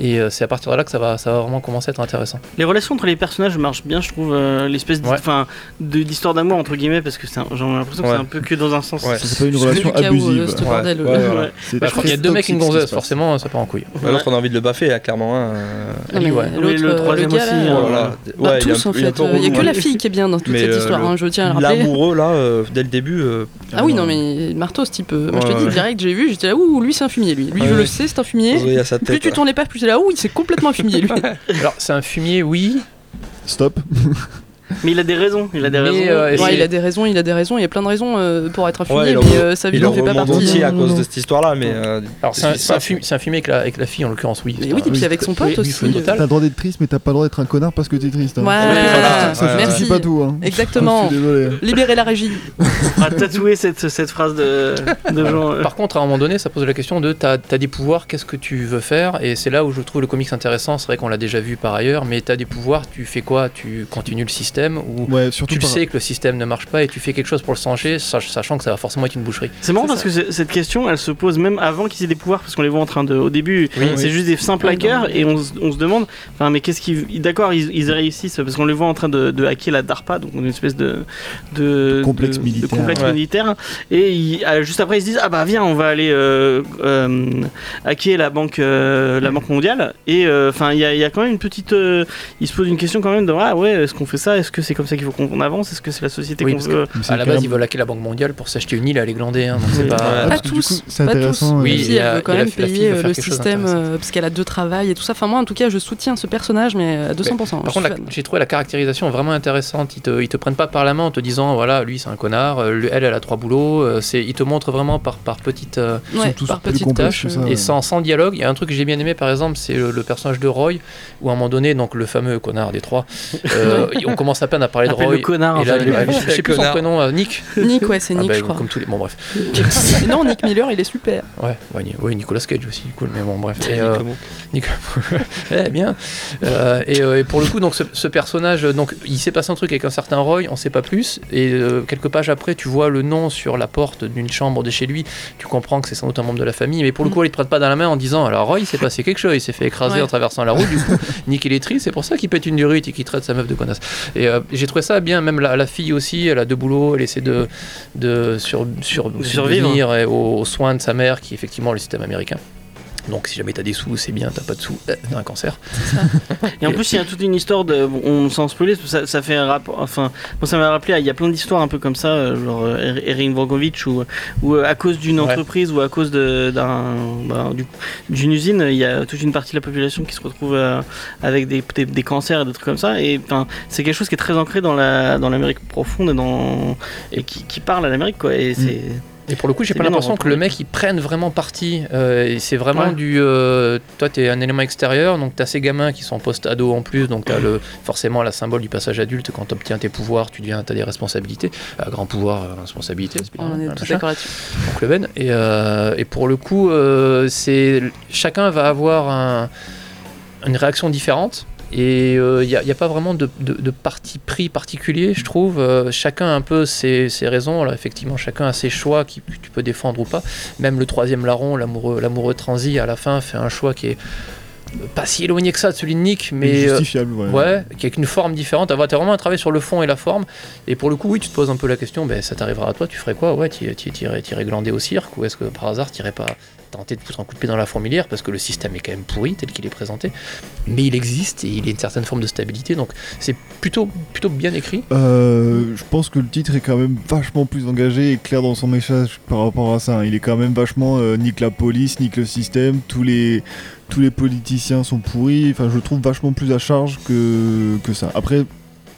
B: et euh, c'est à partir de là que ça va ça va vraiment commencer à être intéressant.
A: Les relations entre les personnages marchent bien, je trouve. euh, L'espèce d-
B: Ouais.
A: enfin, de l'histoire d'amour, entre guillemets, parce que c'est un- j'ai l'impression que
E: Ouais.
A: c'est un peu que dans un sens.
E: Ouais.
D: Ça s'appelle une
C: Celui
D: relation
C: qui a où, euh,
D: abusive.
C: ce bordel.
E: ouais, ouais.
A: Ouais.
D: C'est
B: Bah, je crois qu'il y a deux mecs et une gonzesse, forcément euh, ça part en couille.
E: Bah, L'autre, on a envie de le baffer, là, clairement. hein.
B: Ah oui, ouais.
C: mais
A: Oui,
C: l'autre,
A: le
C: euh,
A: troisième
C: gars,
A: aussi,
C: là,
A: hein.
C: euh,
E: Oh là là.
C: bah,
E: Ouais, il est
C: tous
E: un-
C: en
E: il est un
C: fait.
E: peu
C: Il n'y a que
E: relou,
C: la
E: hein.
C: fille qui est bien dans toute
E: Mais,
C: cette
E: euh,
C: histoire,
E: le-
C: hein, je tiens à le rappeler.
E: L'amoureux, là, euh, dès le début, euh,
C: Ah oui, non, mais marteau ce type. euh, moi, je te
E: Ouais,
C: dis
E: ouais.
C: direct, j'ai vu, j'étais là, ouh, lui c'est un fumier, lui. Lui,
E: Ouais,
C: je
E: ouais.
C: le sais, c'est un fumier.
E: il y a sa tête.
C: Plus tu
E: ouais.
C: tournais pas, plus c'est là, ouh, c'est complètement un fumier, lui.
B: Alors c'est un fumier oui,
D: Stop.
A: Mais il a des raisons. Il a des
B: Mais,
A: raisons.
B: euh,
A: Et-
B: c'est-
C: Ouais, il a des raisons, il a des raisons, il y a plein de raisons euh, pour être un fumier,
E: il a-
C: mais euh, sa vie
E: Il est
C: n'en fait pas
E: remonté
C: partie. hein,
E: entier à
D: Non, non,
E: cause
D: non.
E: de cette histoire-là, mais. euh,
B: alors c'est
E: qu'est-ce
B: un,
E: qui se
B: c'est un
E: passe
B: fumi- c'est un fumier avec la, avec la fille en l'occurrence Ah oui.
C: Mais oui, et puis avec son pote
B: oui,
C: aussi.
B: oui,
C: euh.
B: total.
D: T'as le droit d'être triste, mais t'as pas le droit d'être un connard parce que t'es triste. hein.
C: Voilà,
E: voilà,
D: Ça
E: ouais,
D: justifie
C: merci.
D: pas tout. hein.
C: Exactement.
D: Je suis désolé.
C: Libérer la régie.
A: On va tatouer cette, cette phrase de, de Jean. euh.
B: Par contre, à un moment donné, ça pose la question de t'as as des pouvoirs, qu'est-ce que tu veux faire Et c'est là où je trouve le comics intéressant. C'est vrai qu'on l'a déjà vu par ailleurs, mais t'as des pouvoirs, tu fais quoi Tu continues le système ou
D: Ouais, surtout
B: tu
D: par-
B: sais que le système ne marche pas et tu fais quelque chose pour le changer, sach- sachant que ça va forcément être une boucherie.
A: C'est marrant parce que c'est- cette question, elle se pose même avant qu'ils aient des pouvoirs, parce qu'on les voit en train de. Au début,
E: Oui,
A: c'est
E: oui.
A: juste des simples
C: Ouais,
A: hackers, et on, se- on se demande, enfin, mais qu'est-ce qu'ils. D'accord, ils, ils réussissent, parce qu'on les voit en train de, de hacker la DARPA, donc une espèce de. de
D: complexe
A: de- de
D: militaire.
A: complexe
E: Ouais.
A: militaire. Et ils- euh, juste après, ils se disent, ah bah viens, on va aller euh, euh, hacker la Banque, euh, la banque Mondiale, et euh, enfin, il y, a- il y a quand même une petite. euh, ils se posent une question quand même de, ah ouais, est-ce qu'on fait ça Est-ce que c'est comme ça qu'il faut qu'on avance Est-ce que c'est la société
B: Oui,
A: qu'on
B: parce
A: veut.
D: Mais c'est
B: À la
D: carrément-
B: base, ils veulent hacker la Banque mondiale pour s'acheter une île à les glander. hein, donc c'est
A: Oui.
B: pas-
D: Ah,
C: Pas
D: parce que du
C: tous,
D: coup, C'est
C: pas tous.
D: intéressant.
B: Oui,
D: ouais.
C: La fille,
B: et
C: elle
B: la-
C: veut quand
B: et la-
C: même
B: la fille
C: payer
B: veut
C: euh,
B: faire
C: le
B: quelque chose
C: système
B: d'intéressant.
C: euh, parce qu'elle a deux travails et tout ça. Enfin, moi, en tout cas, je soutiens ce personnage, mais à 200%.
B: Par
C: hein, je
B: contre,
C: suis
B: la-
C: fan.
B: j'ai trouvé la caractérisation vraiment intéressante. Ils te, ils te prennent pas par la main en te disant, voilà, lui c'est un connard, euh, lui- elle, elle a trois boulots. euh, c'est- Ils te montrent vraiment par, par petites. euh,
D: Ils
C: Ouais,
D: sont tous
C: par
D: plus
C: petites
D: complexes que
C: tâches,
D: ça.
B: Et
D: ouais.
B: sans, sans dialogue, il y a un truc que j'ai bien aimé par exemple, c'est le, le personnage de Roy, où à un moment donné, donc le fameux connard des trois, euh, on commence à peine à parler de
A: Appelle
B: Roy.
A: le connard.
B: et là,
A: enfin,
B: il- ah,
E: le-
B: je sais plus son
E: connard.
B: prénom, euh, Nick.
C: Nick, ouais, c'est
B: Ah
C: Nick,
E: bah,
B: ben,
C: je crois.
B: Comme tous les... Bon bref.
C: Mais non, Nick Miller, il est super.
B: Ouais, ouais, Ni- ouais, Nicolas Cage aussi, cool, mais bon bref. Et, euh,
E: Nicolas.
B: Nicolas- eh bien. Euh, et, euh, et pour le coup, donc ce, ce personnage, euh, donc il s'est passé un truc avec un certain Roy, on sait pas plus. Et euh, quelques pages après, tu vois le nom sur la porte d'une chambre de chez lui. Tu comprends que c'est sans doute un membre de la famille. Mais pour le coup, elle ne te prête pas dans la main en disant alors Roy, il s'est passé quelque chose, il s'est fait écraser
C: Ouais.
B: en traversant la route. Du coup, Nick il est triste, c'est pour ça qu'il pète une durite et qu'il traite sa meuf de connasse. Et euh, j'ai trouvé ça bien. Même la, la fille aussi, elle a deux boulots, elle essaie de, de sur, sur,
A: survivre.
B: subvenir, euh, aux, aux soins de sa mère, qui est effectivement le système américain. Donc si jamais t'as des sous, c'est bien, t'as pas de sous, euh, t'as un cancer.
A: Et en plus, il y a toute une histoire de. bon, on s'en spoiler, parce que ça, ça fait un rapport. Enfin, moi, ça m'a rappelé, il y a plein d'histoires un peu comme ça, euh, genre euh, Er- Erin Vrogovitch, ou ou, euh, à cause d'une
B: Ouais.
A: entreprise ou à cause de- d'un, ben, du- d'une usine, il y a toute une partie de la population qui se retrouve euh, avec des, des- des cancers et des trucs comme ça. Et enfin, c'est quelque chose qui est très ancré dans la dans l'Amérique profonde et, dans, et qui, qui parle à l'Amérique, quoi. Et c'est.
B: Et pour le coup,
A: C'est
B: j'ai pas
A: bien
B: l'impression
A: d'en
B: que le
A: reprendre.
B: mec il prenne vraiment parti. Euh, et c'est vraiment
A: Ouais.
B: du. euh, toi, t'es un élément extérieur, donc t'as ces gamins qui sont post-ado en plus, donc t'as le, forcément la symbole du passage adulte. Quand t'obtiens tes pouvoirs, tu deviens, t'as des responsabilités. Euh, grand pouvoir, euh, responsabilité, c'est bien,
C: On
E: Ah
C: est
E: bah,
B: machin,
C: tous d'accord là-dessus.
B: donc le Ben. Et, euh, et pour le coup, euh, c'est chacun va avoir un- une réaction différente. Et il n'y a, y a pas vraiment de, de- de parti pris particulier, je trouve. Euh, chacun a un peu ses, ses raisons. Là, effectivement, chacun a ses choix qui que tu peux défendre ou pas. Même le troisième larron, l'amoureux, l'amoureux transi, à la fin, fait un choix qui est pas si éloigné que ça de celui de Nick, mais euh,
D: justifiable, ouais.
B: ouais, qui a une forme différente. Ah, T'as vraiment à travailler sur le fond et la forme. Et pour le coup, oui, tu te poses un peu la question, ben, ça t'arrivera à toi, tu ferais quoi Ouais, t'i- t'i- t'irais t'irais glander au cirque ou est-ce que par hasard t'irais pas tenter de foutre un coup de pied dans la fourmilière parce que le système est quand même pourri tel qu'il est présenté. Mais il existe et il a une certaine forme de stabilité, donc c'est plutôt, plutôt bien écrit.
D: Euh, je pense que le titre est quand même vachement plus engagé et clair dans son message par rapport à ça. Il est quand même vachement euh, nique la police, nique le système, tous les, tous les politiciens sont pourris. Enfin, je le trouve vachement plus à charge que, que ça. Après,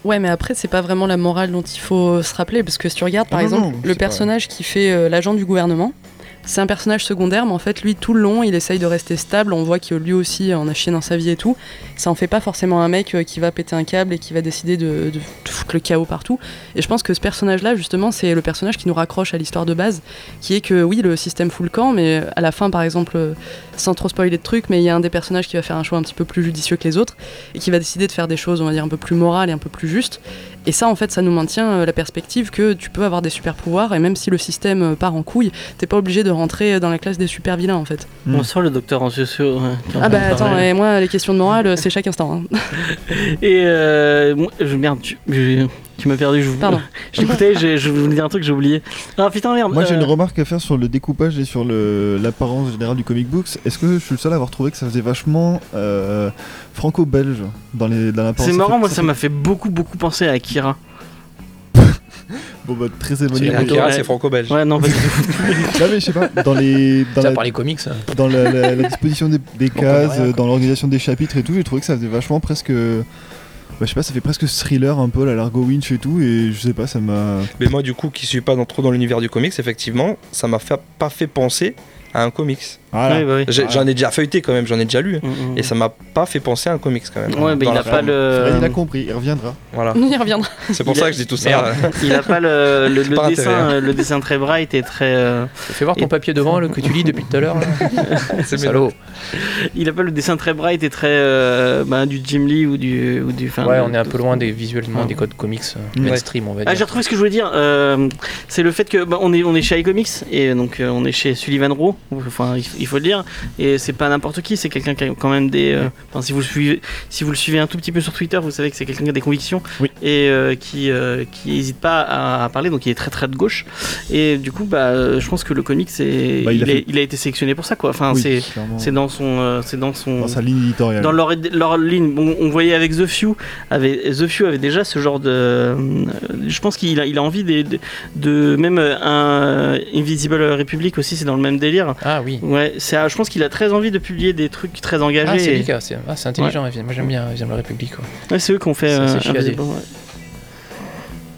C: Ouais, mais après, c'est pas vraiment la morale dont il faut euh, se rappeler, parce que si tu regardes, par
D: Ah non,
C: exemple,
D: non,
C: le
D: c'est pas-
C: personnage qui fait euh, l'agent du gouvernement, c'est un personnage secondaire, mais en fait, lui, tout le long, il essaye de rester stable. On voit que lui aussi euh, en a chié dans sa vie et tout. Ça en fait pas forcément un mec euh, qui va péter un câble et qui va décider de, de- de foutre le chaos partout. Et je pense que ce personnage-là, justement, c'est le personnage qui nous raccroche à l'histoire de base, qui est que oui, le système fout le camp, mais à la fin, par exemple, euh, sans trop spoiler de trucs, mais il y a un des personnages qui va faire un choix un petit peu plus judicieux que les autres et qui va décider de faire des choses, on va dire, un peu plus morales et un peu plus justes. Et ça, en fait, ça nous maintient euh, la perspective que tu peux avoir des super pouvoirs et même si le système euh, part en couille, t'es pas obligé de rentrer dans la classe des super vilains, en fait.
D: Mm.
A: On sort le docteur en sociaux. ouais, qui en
C: Ah bah
A: parle.
C: attends, et moi, les questions de morale, euh, c'est chaque instant. hein.
A: Et euh, moi- je, merde, tu, je- tu m'as perdu. Je, vous-
C: Pardon.
A: je t'écoutais, j'ai- je, voulais dire un truc, j'ai oublié. Ah putain, merde.
D: moi j'ai
A: euh,
D: une remarque à faire sur le découpage et sur le- l'apparence générale du comic books. Est-ce que je suis le seul à avoir trouvé que ça faisait vachement euh, franco-belge dans les dans l'apparence
A: C'est marrant, moi ça
D: fait-
A: m'a fait beaucoup beaucoup penser à Akira.
D: Bon, bah, très éloigné.
E: C'est
D: mais-
E: Akira,
A: ouais.
E: c'est franco-belge.
A: Ouais, non, pas du tout.
D: Non, mais je sais pas. Dans les dans
B: Ça,
D: la-
B: par les comics, hein.
D: dans la, la- la disposition des, des
B: On connaît
D: cases,
B: rien,
D: euh, dans l'organisation des chapitres et tout, j'ai trouvé que ça faisait vachement presque. euh, bah, je sais pas, ça fait presque thriller un peu, la Largo Winch et tout, et je sais pas, ça m'a.
E: Mais moi, du coup, qui suis pas dans- trop dans l'univers du comics, effectivement, ça m'a fait- pas fait penser à un comics.
A: Ouais, bah oui.
E: J'ai- J'en ai déjà feuilleté quand même, j'en ai déjà lu. hein.
A: Mm, mm.
E: Et ça m'a pas fait penser à un comics quand même.
A: Ouais, mais
E: Dans
A: il
E: la
A: a pas
E: forme.
D: Ah, Il a
A: le.
D: compris, il reviendra.
E: Voilà.
C: On y reviendra.
E: C'est pour
A: Il
E: ça
A: a-
E: que je dis tout ça.
A: Il a pas le, le, le
E: pas intérêt,
A: dessin,
E: hein.
A: euh, le dessin très bright et très. euh,
B: Fais voir ton
A: Et-
B: papier devant là, que tu lis depuis tout à l'heure. là.
E: C'est mes
B: Salaud.
A: il a pas le dessin très bright et très euh, bah, du Jim Lee ou du ou du. enfin,
B: Ouais,
A: de-
B: on est un peu loin des visuellement
A: Ouais.
B: des codes comics euh,
D: Ouais.
B: mainstream, on va
A: Ah, j'ai
B: dire.
A: retrouvé ce que je voulais dire. euh, c'est le fait que bah, on est on est chez iComics et donc euh, on est chez Sullivan Rowe. Enfin, il, il faut le dire. Et c'est pas n'importe qui. C'est quelqu'un qui a quand même des. euh, Enfin, si vous le suivez, si vous le suivez un tout petit peu sur Twitter, vous savez que c'est quelqu'un qui a des convictions
D: Oui.
A: et euh, qui euh, qui hésite pas à, à parler. Donc il est très très de gauche. Et du coup, bah, euh, je pense que le comic c'est
D: Bah,
A: il,
D: il a
A: est-
D: fait-
A: il a été sélectionné pour ça quoi. Enfin,
D: Oui,
A: c'est
D: clairement.
A: c'est dans son euh, c'est dans son
D: Dans sa ligne éditoriale.
A: dans leur, leur ligne, bon, on voyait avec The Few, avait, The Few avait déjà ce genre de. euh, Je pense qu'il a, il a envie des- de, de- Même euh, un Invisible Republic aussi, c'est dans le même délire.
B: Ah oui.
A: Ouais, c'est, un- je pense qu'il a très envie de publier des trucs très engagés.
B: Ah, c'est
A: et-
B: délicat, c'est ah, c'est intelligent. évidemment. Moi j'aime bien, j'aime la République. quoi.
A: Ouais, c'est eux qu'on fait.
B: Ça,
A: euh,
B: c'est chiadé.
A: Invisible, ouais.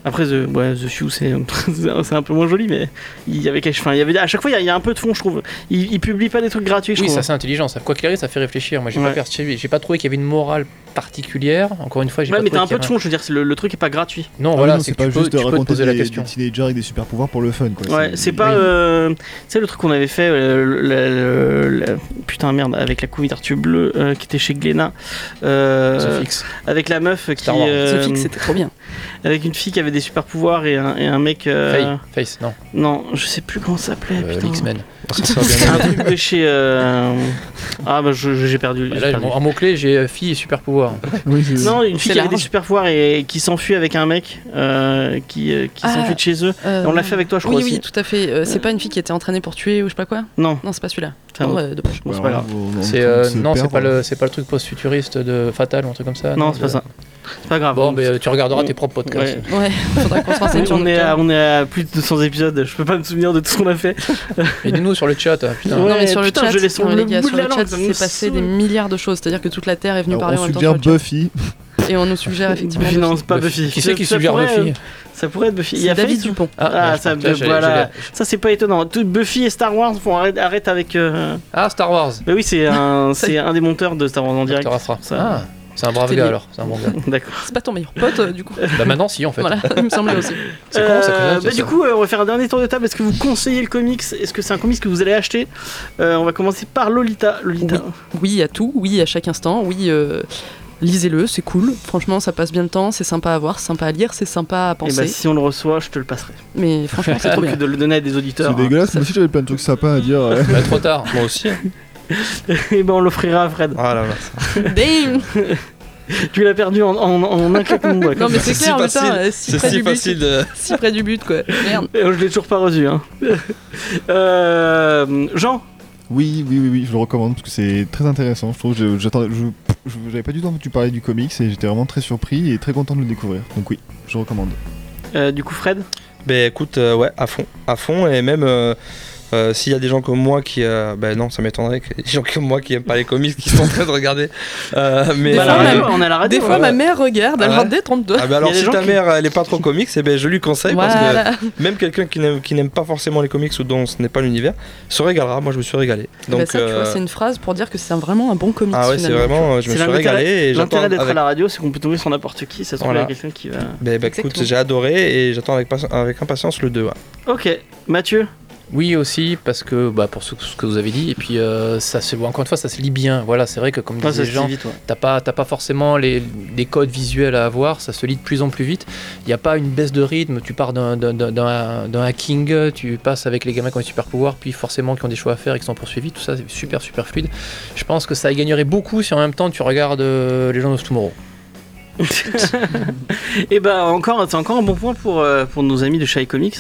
A: Après The, ouais, The Few, c'est, c'est un peu moins joli, mais il y avait quelque, enfin, il y avait à chaque fois il y a, il y a un peu de fond, je trouve. Il, il publie pas des trucs gratuits, je
B: Oui,
A: trouve.
B: ça c'est intelligent. Ça, quoi qu'il arrive, ça fait réfléchir. Moi j'ai
A: Ouais.
B: pas perçu- j'ai pas trouvé qu'il y avait une morale particulière. Encore une fois, j'ai
A: Ouais,
B: pas
A: mais
B: trouvé
A: t'as un
B: qu'il y
A: peu de
B: avait
A: fond, je veux dire, c'est le, le truc est pas gratuit.
B: un- Non,
D: Ah oui,
B: voilà,
D: non,
B: c'est
D: c'est
B: que
D: pas
B: tu peux,
D: juste
B: tu peux te
D: raconter
B: poser
D: des,
B: la question.
D: des teenagers avec des super pouvoirs pour le fun, quoi.
A: Ouais, c'est pas.
D: oui.
A: euh, tu sais, le truc qu'on avait fait. euh, le- le- le- le- putain, merde, avec la couverture bleue euh, qui était chez Glénat. euh,
B: Ça fixe.
A: avec la meuf qui.
B: Star Wars.
A: euh,
C: Sophie, que c'était trop bien.
A: avec une fille qui avait des super pouvoirs et un, et un mec. euh,
B: Faye, Face, non.
A: non, je sais plus comment ça s'appelait.
B: Euh,
A: putain.
B: X-Men.
A: C'est un truc de chez. euh, Ah bah, je- je- j'ai perdu.
B: Bah,
A: j'ai
B: Là,
A: perdu.
B: en mot-clé, j'ai euh, fille et super pouvoir.
D: Oui, c'est-
A: Non, une fille
C: C'est
A: qui avait des
C: large.
A: super pouvoirs et qui s'enfuit avec un mec euh, qui, euh, qui
C: Ah.
A: s'enfuit de chez eux.
C: Euh,
A: On l'a fait avec toi, je
C: Oui,
A: crois
C: oui,
A: aussi.
C: tout à fait. Euh, c'est pas une fille qui était entraînée pour tuer ou je sais pas quoi
A: Non,
C: Non, c'est pas celui-là.
A: c'est un
C: Non,
A: autre.
C: Oh, ouais, dommage.
A: Bon, c'est
D: Alors,
A: pas grave.
D: on- on- on-
B: C'est
D: on
B: euh,
D: se
B: non, c'est
D: perd,
B: pas
D: hein.
B: le, c'est pas le truc post-futuriste de Fatal ou un truc comme ça.
A: Non, c'est pas
B: de-
A: ça. C'est pas grave.
B: Bon,
A: On-
B: mais euh, tu regarderas
A: on-
B: tes propres podcasts.
A: Ouais.
C: Ouais, faudra qu'on se renseigne sur
A: on,
C: le
A: est
C: cas.
A: à, on est à plus de 200 épisodes, je peux pas me souvenir de tout ce qu'on a fait.
B: Et dis-nous sur le chat, hein, putain.
A: Ouais.
C: non mais sur
A: putain,
C: le chat,
A: je laisse-
C: non,
A: le
C: les gars,
A: bout de
C: sur
A: la
C: le
A: langue,
C: chat,
A: ça
C: il
A: me
C: s'est passé
A: saoule.
C: des milliards de choses. C'est-à-dire que toute la Terre est venue
D: Alors,
C: parler en
D: on
C: même temps sur
D: suggère
C: le chat.
D: Buffy.
C: Et on nous suggère effectivement.
A: Buffy, non,
C: Buffy.
A: c'est pas Buffy.
B: Qui c'est qui
A: Ça
B: suggère
A: pourrait,
B: Buffy
A: euh, Ça pourrait être Buffy. Il y a
C: C'est David
A: Faith
C: Dupont.
A: Ah,
B: ouais, je
A: ça,
B: pense que là, je l'ai-
A: voilà.
B: je l'ai-
A: Ça, c'est pas étonnant. Tout Buffy et Star Wars font arrête, arrête avec. euh,
B: Ah, Star Wars.
A: Bah oui, c'est un, c'est un des monteurs de Star Wars en direct.
B: Dr. Afra.
A: Ça-
B: Ah, c'est un brave
C: C'était
B: gars
C: lui.
B: alors. C'est un bon gars.
A: D'accord.
C: C'est pas ton meilleur pote euh, du coup.
B: bah maintenant, si en fait.
C: Voilà, il me semblait aussi.
B: C'est comment ça
A: Euh,
B: connaît,
A: bah,
B: ça
A: Du coup, euh, on va faire un dernier tour de table. Est-ce que vous conseillez le comics Est-ce que c'est un comics que vous allez acheter Euh, On va commencer par Lolita. Lolita.
C: Oui à tout, oui à chaque instant, oui. euh, Lisez-le, c'est cool. Franchement, ça passe bien le temps, c'est sympa à voir, c'est sympa à lire, c'est sympa à
A: Et bah,
E: Eh ben,
C: penser.
A: si on le reçoit, je te le passerai.
C: Mais
B: Ah,
C: franchement, c'est trop
A: Plutôt
C: bien.
A: que de le donner à des auditeurs.
D: C'est dégueulasse, moi aussi j'avais plein de trucs sympas à dire. euh.
B: Bah, trop tard.
E: Moi aussi.
A: Et ben on l'offrira à Fred.
E: Ah là là.
C: Damn
A: Tu l'as perdu en, en, en un claquement de doigts.
C: Non,
A: comme
C: mais
A: ça.
C: c'est
E: si
C: clair,
E: facile,
C: putain, euh, si
E: C'est
C: près
E: si
C: du but.
E: facile Ah, de.
C: Si près du but, quoi. Merde.
A: Et Je l'ai toujours pas reçu. Hein. Euh, Jean,
D: Oui, oui, oui, oui, je le recommande parce que c'est très intéressant. Je trouve, que je- j'attendais, je, je- j'avais pas du tout entendu parler du comics et j'étais vraiment très surpris et très content de le découvrir. Donc oui, je recommande.
A: euh, du coup Fred,
E: Ben écoute, euh, ouais, à fond, à fond, et même euh, euh, s'il y a des gens comme moi qui, euh, ben non, ça m'étonnerait que des gens comme moi qui aiment pas les comics, qui sont en train de regarder. euh, mais
C: Des
A: Bah,
C: fois,
A: la
E: euh,
A: radio, on a la radio.
C: Des fois,
A: hein.
C: ma mère regarde, elle
E: Ah
C: me
E: ouais
C: dit détrompe-toi.
E: ah ben
A: Il y a
E: alors
A: des
E: si
A: gens
E: ta
A: qui-
E: mère elle est pas trop comics, eh ben je lui conseille parce
C: Voilà.
E: que même quelqu'un qui n'aime qui n'aime pas forcément les comics ou dont ce n'est pas l'univers se régalera. Moi je me suis régalé.
C: Bah,
E: Donc
C: ça, tu
E: euh,
C: vois, c'est une phrase pour dire que c'est un- vraiment un bon comics.
E: ah ouais c'est
C: finalement.
E: vraiment euh, je me
A: C'est
E: suis
A: l'intérêt-
E: régalé et j'attends
A: L'intérêt d'être à
E: avec-
A: la radio, c'est qu'on peut tomber sur n'importe qui. Ça se trouve, il y a
E: Voilà.
A: quelqu'un qui va.
E: ben, ben,
C: Exactement.
E: écoute j'ai adoré et j'attends avec, pas- avec impatience le hein. 2. ouais.
A: Ok, Mathieu.
B: Oui aussi parce que bah, pour ce, ce que vous avez dit et puis euh, ça se voit encore une fois ça se lit bien voilà c'est vrai que comme
A: Toi,
B: disent
A: Ah, ça se
B: les
A: dit
B: gens
A: vite, ouais.
B: t'as pas t'as pas forcément les, les codes visuels à avoir ça se lit de plus en plus vite il n'y a pas une baisse de rythme tu pars d'un d'un- d'un- d'un- d'un hacking tu passes avec les gamins qui ont des super pouvoirs puis forcément qui ont des choix à faire et qui sont poursuivis tout ça c'est super super fluide je pense que ça gagnerait beaucoup si en même temps tu regardes euh, Legend of Tomorrow
A: Et bah encore, c'est encore un bon point pour, euh, pour nos amis de Shy Comics.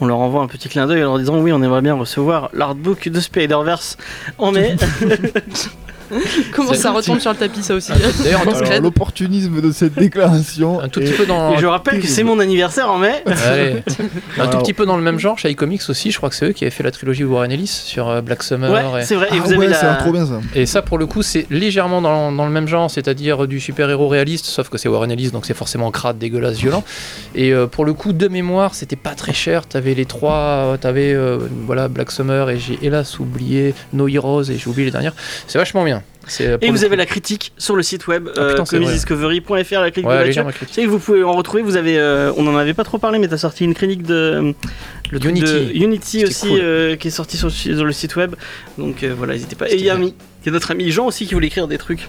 A: On leur envoie un petit clin d'œil en leur disant oui, on aimerait bien recevoir l'artbook de Spider-Verse en mai.
C: Comment ça retombe sur le tapis, ça
E: Ah,
C: aussi
B: d'ailleurs un, tout-
D: Alors
C: Fred
D: l'opportunisme de cette déclaration.
B: un tout
D: est-
B: petit peu dans
A: Et je rappelle que c'est mon anniversaire en mai.
B: Allez. un tout
D: Alors-
B: petit peu dans le même genre, chez Comics aussi, je crois que c'est eux qui avaient fait la trilogie Warren Ellis sur euh, Black Summer.
A: Ouais,
B: et-
A: c'est vrai. Et
D: Ah
A: vous avez
D: ouais,
A: la.
D: c'est trop bien ça.
B: et, ça, pour le coup, c'est légèrement dans, dans le même genre, c'est-à-dire du super-héros réaliste, sauf que c'est Warren Ellis, donc c'est forcément crade, dégueulasse, violent. Et euh, pour le coup, de mémoire, c'était pas très cher. T'avais les trois, euh, t'avais euh, voilà, Black Summer, et j'ai hélas oublié No Heroes, et j'ai oublié les dernières. C'est vachement bien. C'est, euh, pour
A: Et
B: le
A: vous
B: coup-
A: avez la critique sur le site web euh,
B: putain, c'est vrai.
A: comicsdiscovery.fr, la clique de
B: Ouais,
A: Mathieu.
B: légèrement critique.
A: Tu sais que vous pouvez en retrouver, vous avez, euh, on en avait pas trop parlé, mais t'as sorti une clinique de, le truc
B: Unity.
A: de Unity
B: C'était
A: aussi,
B: cool.
A: euh, qui est sorti sur, sur le site web. Donc euh, voilà, n'hésitez pas. Et il y a Ami, qui est notre ami Jean aussi, qui voulait écrire des trucs.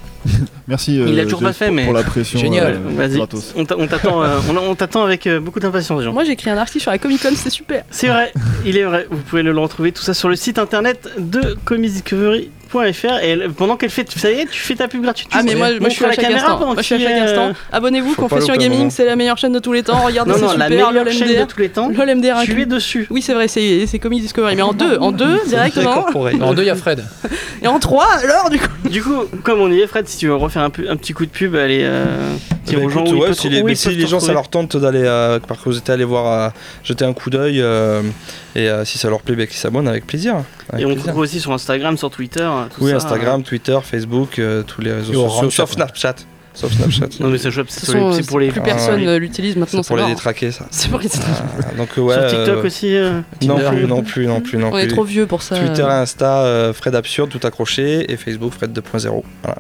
D: Merci.
A: Il l'a
D: euh,
A: toujours
D: Jeff,
A: pas fait,
D: pour-
A: mais-
D: Pour la pression.
B: Génial.
D: euh,
A: Vas-y.
D: gratos.
A: On t'a- on t'attend, euh, on- on t'attend avec euh, beaucoup d'impatience, Jean.
C: Moi, j'écris un article sur la Comic Con, c'est super.
A: C'est vrai, il est vrai. Vous pouvez le retrouver tout ça sur le site internet de comicsdiscovery.fr. Et elle- pendant qu'elle fait, ça y est, tu fais ta pub gratuite.
C: Ah, mais moi, moi,
A: Montre
C: je suis à
A: la
C: chaque
A: caméra
C: instant.
A: pendant
C: Moi, je suis à
A: qu'il y
C: chaque
A: a-
C: instant. Abonnez-vous,
E: Faut pas hein.
C: Confession
E: louper un
C: Gaming,
E: moment.
C: c'est la meilleure chaîne de tous les temps. Regardez,
A: Non,
C: c'est
A: non,
C: super.
A: la meilleure
C: LOL
A: chaîne de
C: MDR.
A: tous les temps.
C: LOL MDR
A: Tu es
C: inclus.
A: dessus.
C: Oui, c'est vrai, c'est c'est Comic Discovery, mais en deux, en deux directement.
E: Corporate.
B: En deux, il y a Fred.
C: Et en trois, alors, du coup.
A: Du coup, comme on y est, Fred, si tu veux refaire un, peu- un petit coup de pub, allez, euh, dire
E: Bah
A: aux gens
E: écoute,
A: où ils
E: ouais,
A: peuvent
E: si
A: te-
E: les,
A: où
E: mais
A: ils
E: si
A: peuvent
E: les
A: te
E: gens ça
A: retrouver.
E: leur tente d'aller euh, par curiosité aller voir euh, jeter un coup d'œil euh, et euh, si ça leur plaît bah, qu'ils s'abonnent avec plaisir. Avec
A: Et on te
E: plaisir.
A: retrouve aussi sur Instagram, sur Twitter. hein, tout
E: oui
A: ça. euh,
E: Instagram, Twitter, Facebook, euh, tous les réseaux
B: Et au
E: sociaux sauf
B: Snapchat,
E: Snapchat. Sauf Snapchat.
A: hein. Non, mais ça, je-
C: De
A: c'est
C: toute
A: sur les-
C: façon,
A: c'est pour les.
C: Plus
E: Ah,
C: personne
E: oui.
C: euh, l'utilise maintenant, c'est
E: C'est pour les
C: marrant.
E: détraquer ça.
C: C'est pour les
E: Ah, donc ouais.
A: Sur TikTok
E: euh,
A: aussi. euh,
E: Non
B: Tinder.
E: plus, non plus, non plus, non
C: On est
E: plus.
C: trop vieux pour ça.
E: Ah, Twitter, Insta, euh, Fred Absurde, tout accroché, et Facebook, Fred 2.0. Voilà.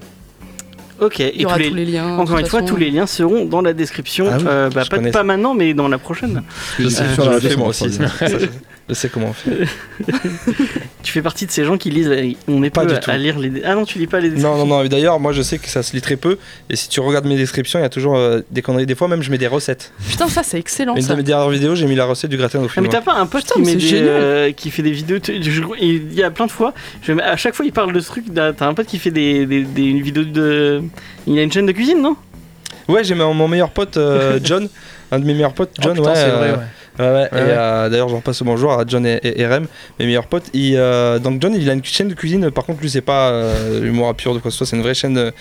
A: Ok.
C: Il
A: Et
C: y
A: tous
C: aura tous
A: les.
C: les liens. de
A: Encore
C: toute
A: une fois,
C: façon.
A: tous les liens seront dans la description.
E: Ah oui,
A: Euh, bah,
E: je
A: pas,
E: connais
A: pas
E: ça.
A: maintenant, mais dans la prochaine.
D: Je
E: Ah,
D: suis
E: je
A: Euh,
D: sur la
E: le fais
D: réponse,
E: moi
D: en
E: aussi.
D: fait.
E: ça, je, je sais comment on fait.
A: Tu fais partie de ces gens qui lisent. euh, On n'est
E: Pas
A: pas
E: du
A: à
E: tout.
A: lire les. Ah non, tu lis pas les.
E: Non, non, non. et D'ailleurs, moi, je sais que ça se lit très peu. Et si tu regardes mes descriptions, il y a toujours euh, des conneries. Des fois, même, je mets des recettes.
C: Putain, ça, c'est excellent.
E: Une
C: ça.
E: de mes dernières vidéos, j'ai mis la recette du gratin au
A: Ah, mais
E: film.
A: t'as pas un pote
C: Putain,
A: qui,
C: mais
A: met
C: c'est
A: des,
C: génial.
A: euh, qui fait des vidéos. tu- je- il y a plein de fois, je- à chaque fois il parle de ce truc. T'as t'as un pote qui fait des, des, des- une vidéo de. Il a une chaîne de cuisine, non
E: Ouais, j'ai mon, mon meilleur pote euh, John, un de mes meilleurs potes John.
B: Oh, putain,
E: ouais,
B: c'est vrai,
E: euh,
B: ouais.
E: ouais, ouais,
B: Ouais,
E: et
B: ouais.
E: euh, d'ailleurs, j'en passe au bonjour à John et, et RM, mes meilleurs potes. Il, euh, donc John, il a une chaîne de cuisine. Par contre, lui, c'est pas euh, l'humour à pur de quoi que ce soit. C'est une vraie chaîne de,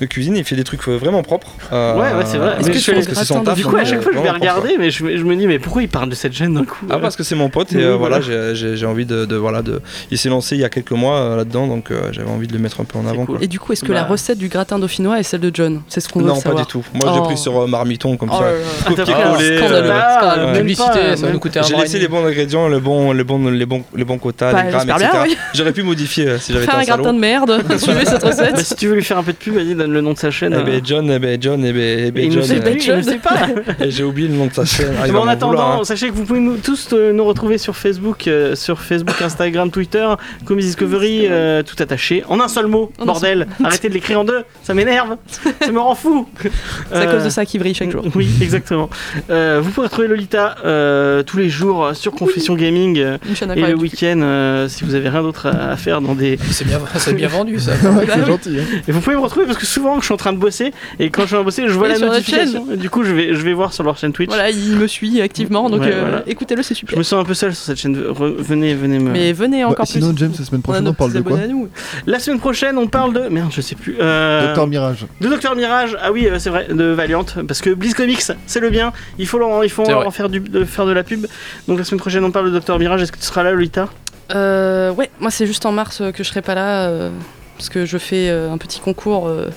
E: de cuisine. Il fait des trucs euh, vraiment propres. Euh,
A: Ouais, ouais, c'est vrai. Est-ce
E: mais
A: que
E: je
A: tu
E: pense
C: fais
E: que
C: gratin
E: c'est son
C: de
E: taf,
A: Du coup, à
E: donc,
A: chaque
E: euh,
A: fois je vais
E: vraiment propre,
A: regarder, mais je, me- je me dis, mais pourquoi il parle de cette chaîne d'un coup
E: Ah parce que c'est mon pote et
A: Oui,
E: euh,
A: voilà.
E: voilà, j'ai- j'ai j'ai envie de, de- voilà de il s'est lancé il y a quelques mois euh, là-dedans donc euh, j'avais envie de le mettre un peu en
A: C'est
E: avant
A: cool.
E: quoi.
C: Et du coup, est-ce que la
A: Bah.
C: recette du gratin dauphinois est celle de John C'est ce qu'on veut
E: Non, pas
C: savoir.
E: du tout. Moi, j'ai
C: Oh.
E: pris sur euh, Marmiton comme
C: Oh
E: ça.
C: là là.
A: Ah, t'as pris un
E: Copier-coller,
A: scandaleux.
E: euh,
A: Ah,
C: scandaleux.
A: même
B: Publicité,
A: pas,
B: ça va
A: même-
B: nous coûter un
E: J'ai
B: bras et
E: laissé
B: demi.
E: les bons ingrédients, le bon, le bon, les bons, les bons quotas,
C: Bah,
E: les grammes,
C: j'espère
E: etc.
C: bien, oui.
E: J'aurais pu modifier euh, si j'avais été
C: Faire
E: un
C: un gratin
E: salaud.
C: de merde, suivez cette
A: Bah,
C: recette.
A: si tu veux lui faire un peu de pub, vas-y, donne le nom de sa chaîne.
E: Eh
A: euh.
E: ben John, eh ben John, eh ben, eh ben
A: Il ne
E: John.
A: sait plus,
E: euh,
A: il ne sait pas.
E: et J'ai oublié le nom de sa chaîne. Ah, il
A: Bon,
E: va
A: en
E: m'en
A: attendant,
E: vouloir, hein.
A: sachez que vous pouvez nous, tous euh, nous retrouver sur Facebook, euh, sur Facebook, Instagram, Twitter, Comics Discovery, euh, tout attaché, en un seul mot,
C: En un
A: bordel. Arrêtez de l'écrire en deux, ça m'énerve, ça me rend fou.
C: C'est à cause de ça qu'il brille chaque jour.
A: Oui, exactement. Euh, vous pouvez retrouver Lolita euh, euh, tous les jours sur Confession Gaming euh,
C: Michel n'a
A: et
C: pas
A: le
C: répliqué.
A: week-end euh, si vous avez rien d'autre à, à faire dans des.
B: C'est bien, c'est bien vendu ça.
D: Ouais, c'est gentil. hein.
A: Et vous pouvez me retrouver parce que souvent je suis en train de bosser et quand je suis en train de bosser je vois
C: Oui,
A: la
C: sur notre
A: notification. Et du coup je vais je vais voir sur leur chaîne Twitch.
C: Voilà, il me suit activement, donc
A: Ouais,
C: euh,
A: voilà.
C: écoutez-le, c'est
A: Je
C: super.
A: me sens un peu seul sur cette chaîne. Re- venez venez me.
C: Mais venez
D: Bah,
C: encore plus.
D: sinon, James, la semaine
C: On a
D: prochaine, on
C: nos
D: parle
C: petits
D: de quoi
C: abonnés à nous.
A: La semaine prochaine on parle de merde je sais plus. euh,
D: Docteur Mirage.
A: De Docteur Mirage, ah oui, euh, c'est vrai, de Valiant, parce que Blizz Comics, c'est le bien, il faut, leur- il faut
B: C'est
A: en
B: vrai.
A: faire, du, de, faire de la pub. Donc la semaine prochaine, on parle de Docteur Mirage, est-ce que tu seras là, Lolita
C: Euh, ouais, moi c'est juste en mars euh, que je serai pas là euh, parce que je fais euh, un petit concours euh,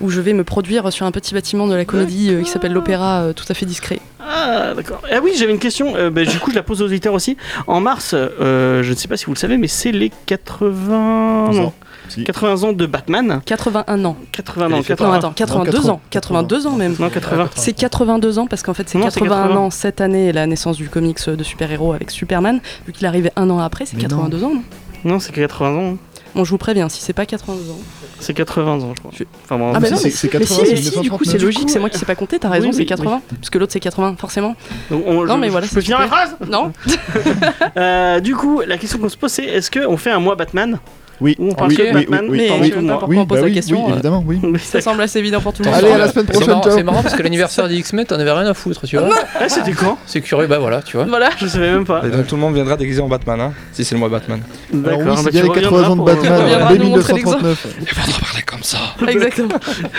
C: où je vais me produire sur un petit bâtiment de la comédie euh, qui s'appelle l'Opéra, euh, tout à fait discret.
A: Ah, d'accord. Ah oui, j'avais une question, euh, bah, du coup, je la pose aux auditeurs aussi. En mars, euh, je ne sais pas si vous le savez, mais c'est les 80
D: Onze
A: ans.
D: ans. Si.
A: 80 ans de Batman.
C: 81 ans.
A: 80
E: Elle
A: ans,
E: est faite
C: Non,
A: 80
C: attends, 82 ans. 82 ans même.
A: Non, 80.
C: C'est 82 ans parce qu'en fait c'est
A: Non,
C: 81
A: c'est 80.
C: ans cette année la naissance du comics euh, de super-héros avec Superman. Vu qu'il arrivait un an après, c'est
D: Mais
C: 82 ans. non
A: Non, c'est 80 ans.
C: Bon, je vous préviens, si c'est pas 82 ans.
A: C'est 80 ans, je crois.
C: Je-
A: Enfin, bon,
C: Ah, bah
D: si,
C: non,
D: c'est-
C: mais,
D: c'est
C: mais
D: 80,
C: si, mais
D: c'est
C: si, du coup
D: 1939.
C: c'est logique, c'est moi qui sais pas compter, t'as raison,
A: Oui,
C: c'est
A: oui,
C: 80, parce que l'autre c'est 80, forcément.
A: donc, on-
C: Non,
A: je-
C: mais
A: je
C: voilà,
A: peux
C: c'est
A: finir ma
C: super.
A: phrase
C: Non
A: Euh, Du coup, la question qu'on se pose, c'est est-ce qu'on fait un mois Batman
D: Oui.
A: Ou on parle
D: Oui,
A: que de
D: oui,
A: Batman
D: oui,
C: Mais
A: pendant
D: oui,
A: tout le
C: je sais
A: mois
C: pas pourquoi on pose
D: bah
C: la
D: oui,
C: question.
D: oui,
C: euh,
D: évidemment, oui.
C: Ça semble assez évident pour tout le monde.
D: Allez, à la semaine
B: C'est
D: prochaine,
B: marrant,
D: ciao.
B: c'est marrant parce que l'anniversaire d'X-Men, t'en avais rien à foutre, tu vois.
A: Ah, c'était quand
B: C'est curieux, bah voilà, tu vois.
C: Voilà.
A: Je savais même pas. Euh,
E: Et donc tout le monde viendra déguisé en Batman, hein, si c'est le mois Batman.
D: Alors oui,
A: D'accord, bah,
D: c'est bien
A: tu
D: les
A: reviendras
D: 80 ans de
A: pour-
D: Batman, euh,
C: reviendras
D: dès
C: nous montrer l'exemple.
D: 1939.
E: Et vous en parler comme ça
C: Exactement.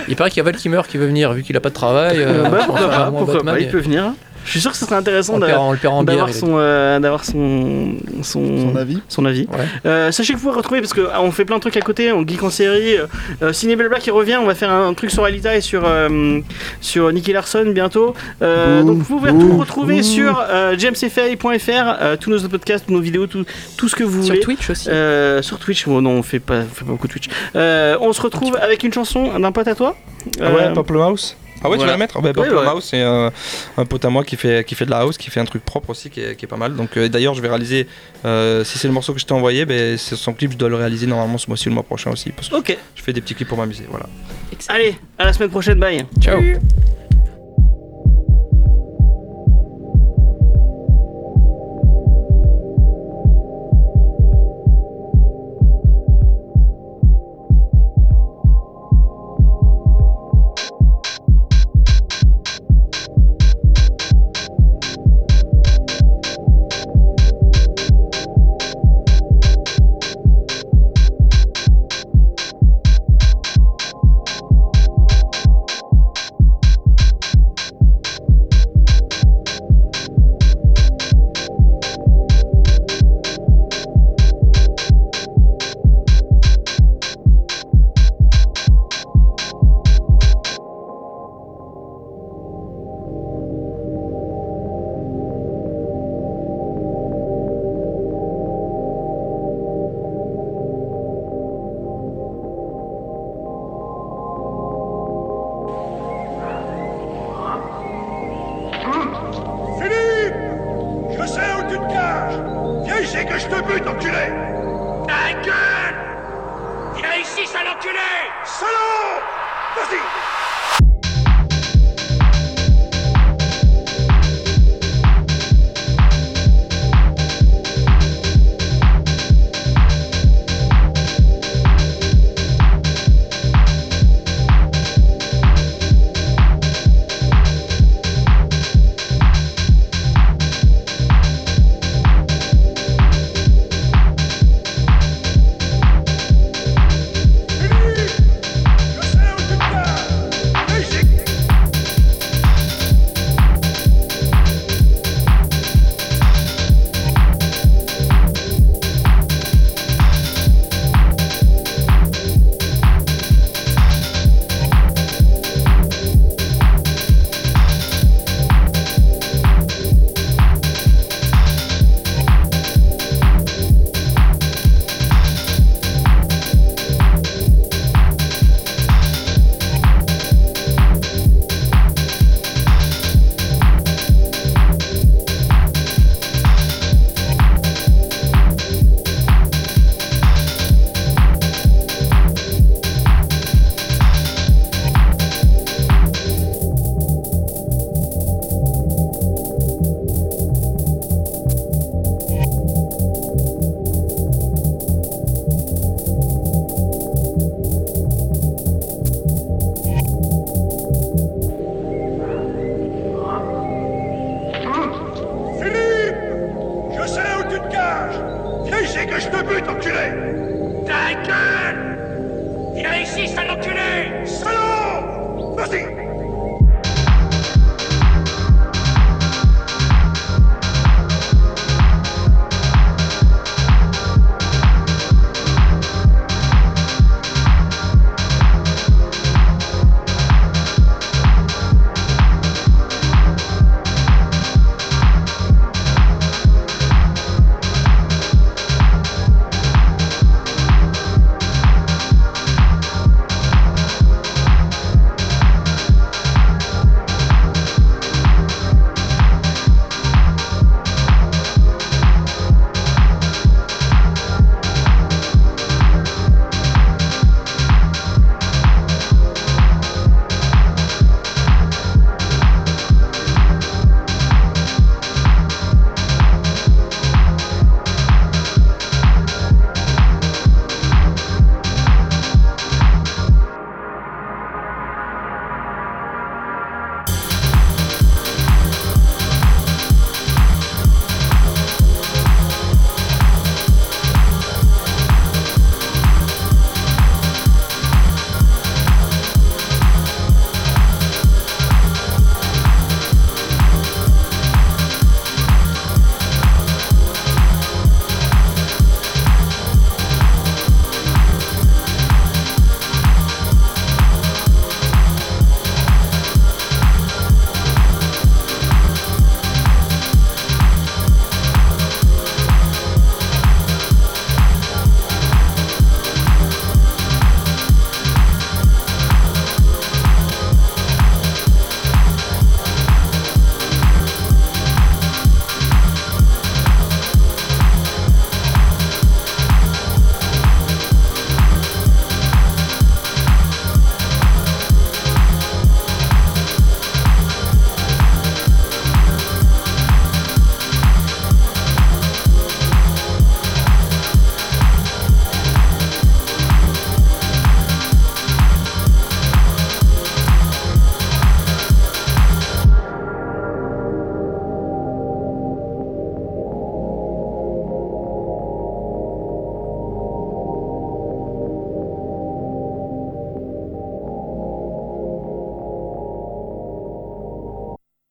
B: Il paraît qu'il y a Valkymer qui veut venir vu qu'il a pas de travail.
A: Euh,
B: euh,
A: bah,
B: enfin,
A: pourquoi
B: au
A: pas,
B: moins
A: pourquoi
B: Batman,
A: pas, il
B: et-
A: peut venir. Je suis sûr que ce serait intéressant
B: on le perd
A: d'a-
B: en- on le perd en bière.
A: d'avoir
B: il a dit.
A: son, euh, d'avoir son, son,
C: Mmh.
D: Son avis
A: son avis.
B: Ouais.
A: Euh, sachez que vous pouvez retrouver, parce qu'on fait plein de trucs à côté, on geek en série, euh, euh, Ciné Blabla qui revient, on va faire un, truc sur Alita et sur, euh, sur Nicky Larson bientôt. Euh,
D: Ouh,
A: donc vous pouvez
D: ouh,
A: tout retrouver
D: ouh.
A: sur euh, jamesfay.fr, euh, tous nos podcasts, tous nos vidéos, tout, tout ce que vous
C: Sur
A: voulez.
C: Twitch aussi.
A: Euh, sur Twitch, bon, non, on fait pas, on fait pas beaucoup de Twitch. Euh, on se retrouve avec une chanson d'un pote à toi.
E: Ah ouais,
A: Euh,
E: Purple House ah ouais, tu
A: voilà.
E: vas la mettre Ah bah,
A: Ouais,
E: Purple
A: ouais.
E: House, c'est euh, un pote à moi qui fait, qui fait de la house, qui fait un truc propre aussi, qui est, qui est pas mal. Donc euh, d'ailleurs, je vais réaliser, euh, si c'est le morceau que je t'ai envoyé, ben, c'est son clip, je dois le réaliser normalement ce mois-ci ou le mois prochain aussi, parce que
A: Ok,
E: je fais des petits clips pour m'amuser. Voilà.
A: allez, à la semaine prochaine, bye.
B: Ciao.
G: Philippe Je sais où tu te caches Viens ici que je te bute, enculé Ta gueule Viens ici, sale enculé Salaud Vas-y Philippe Je sais où tu te caches je te bute, enculé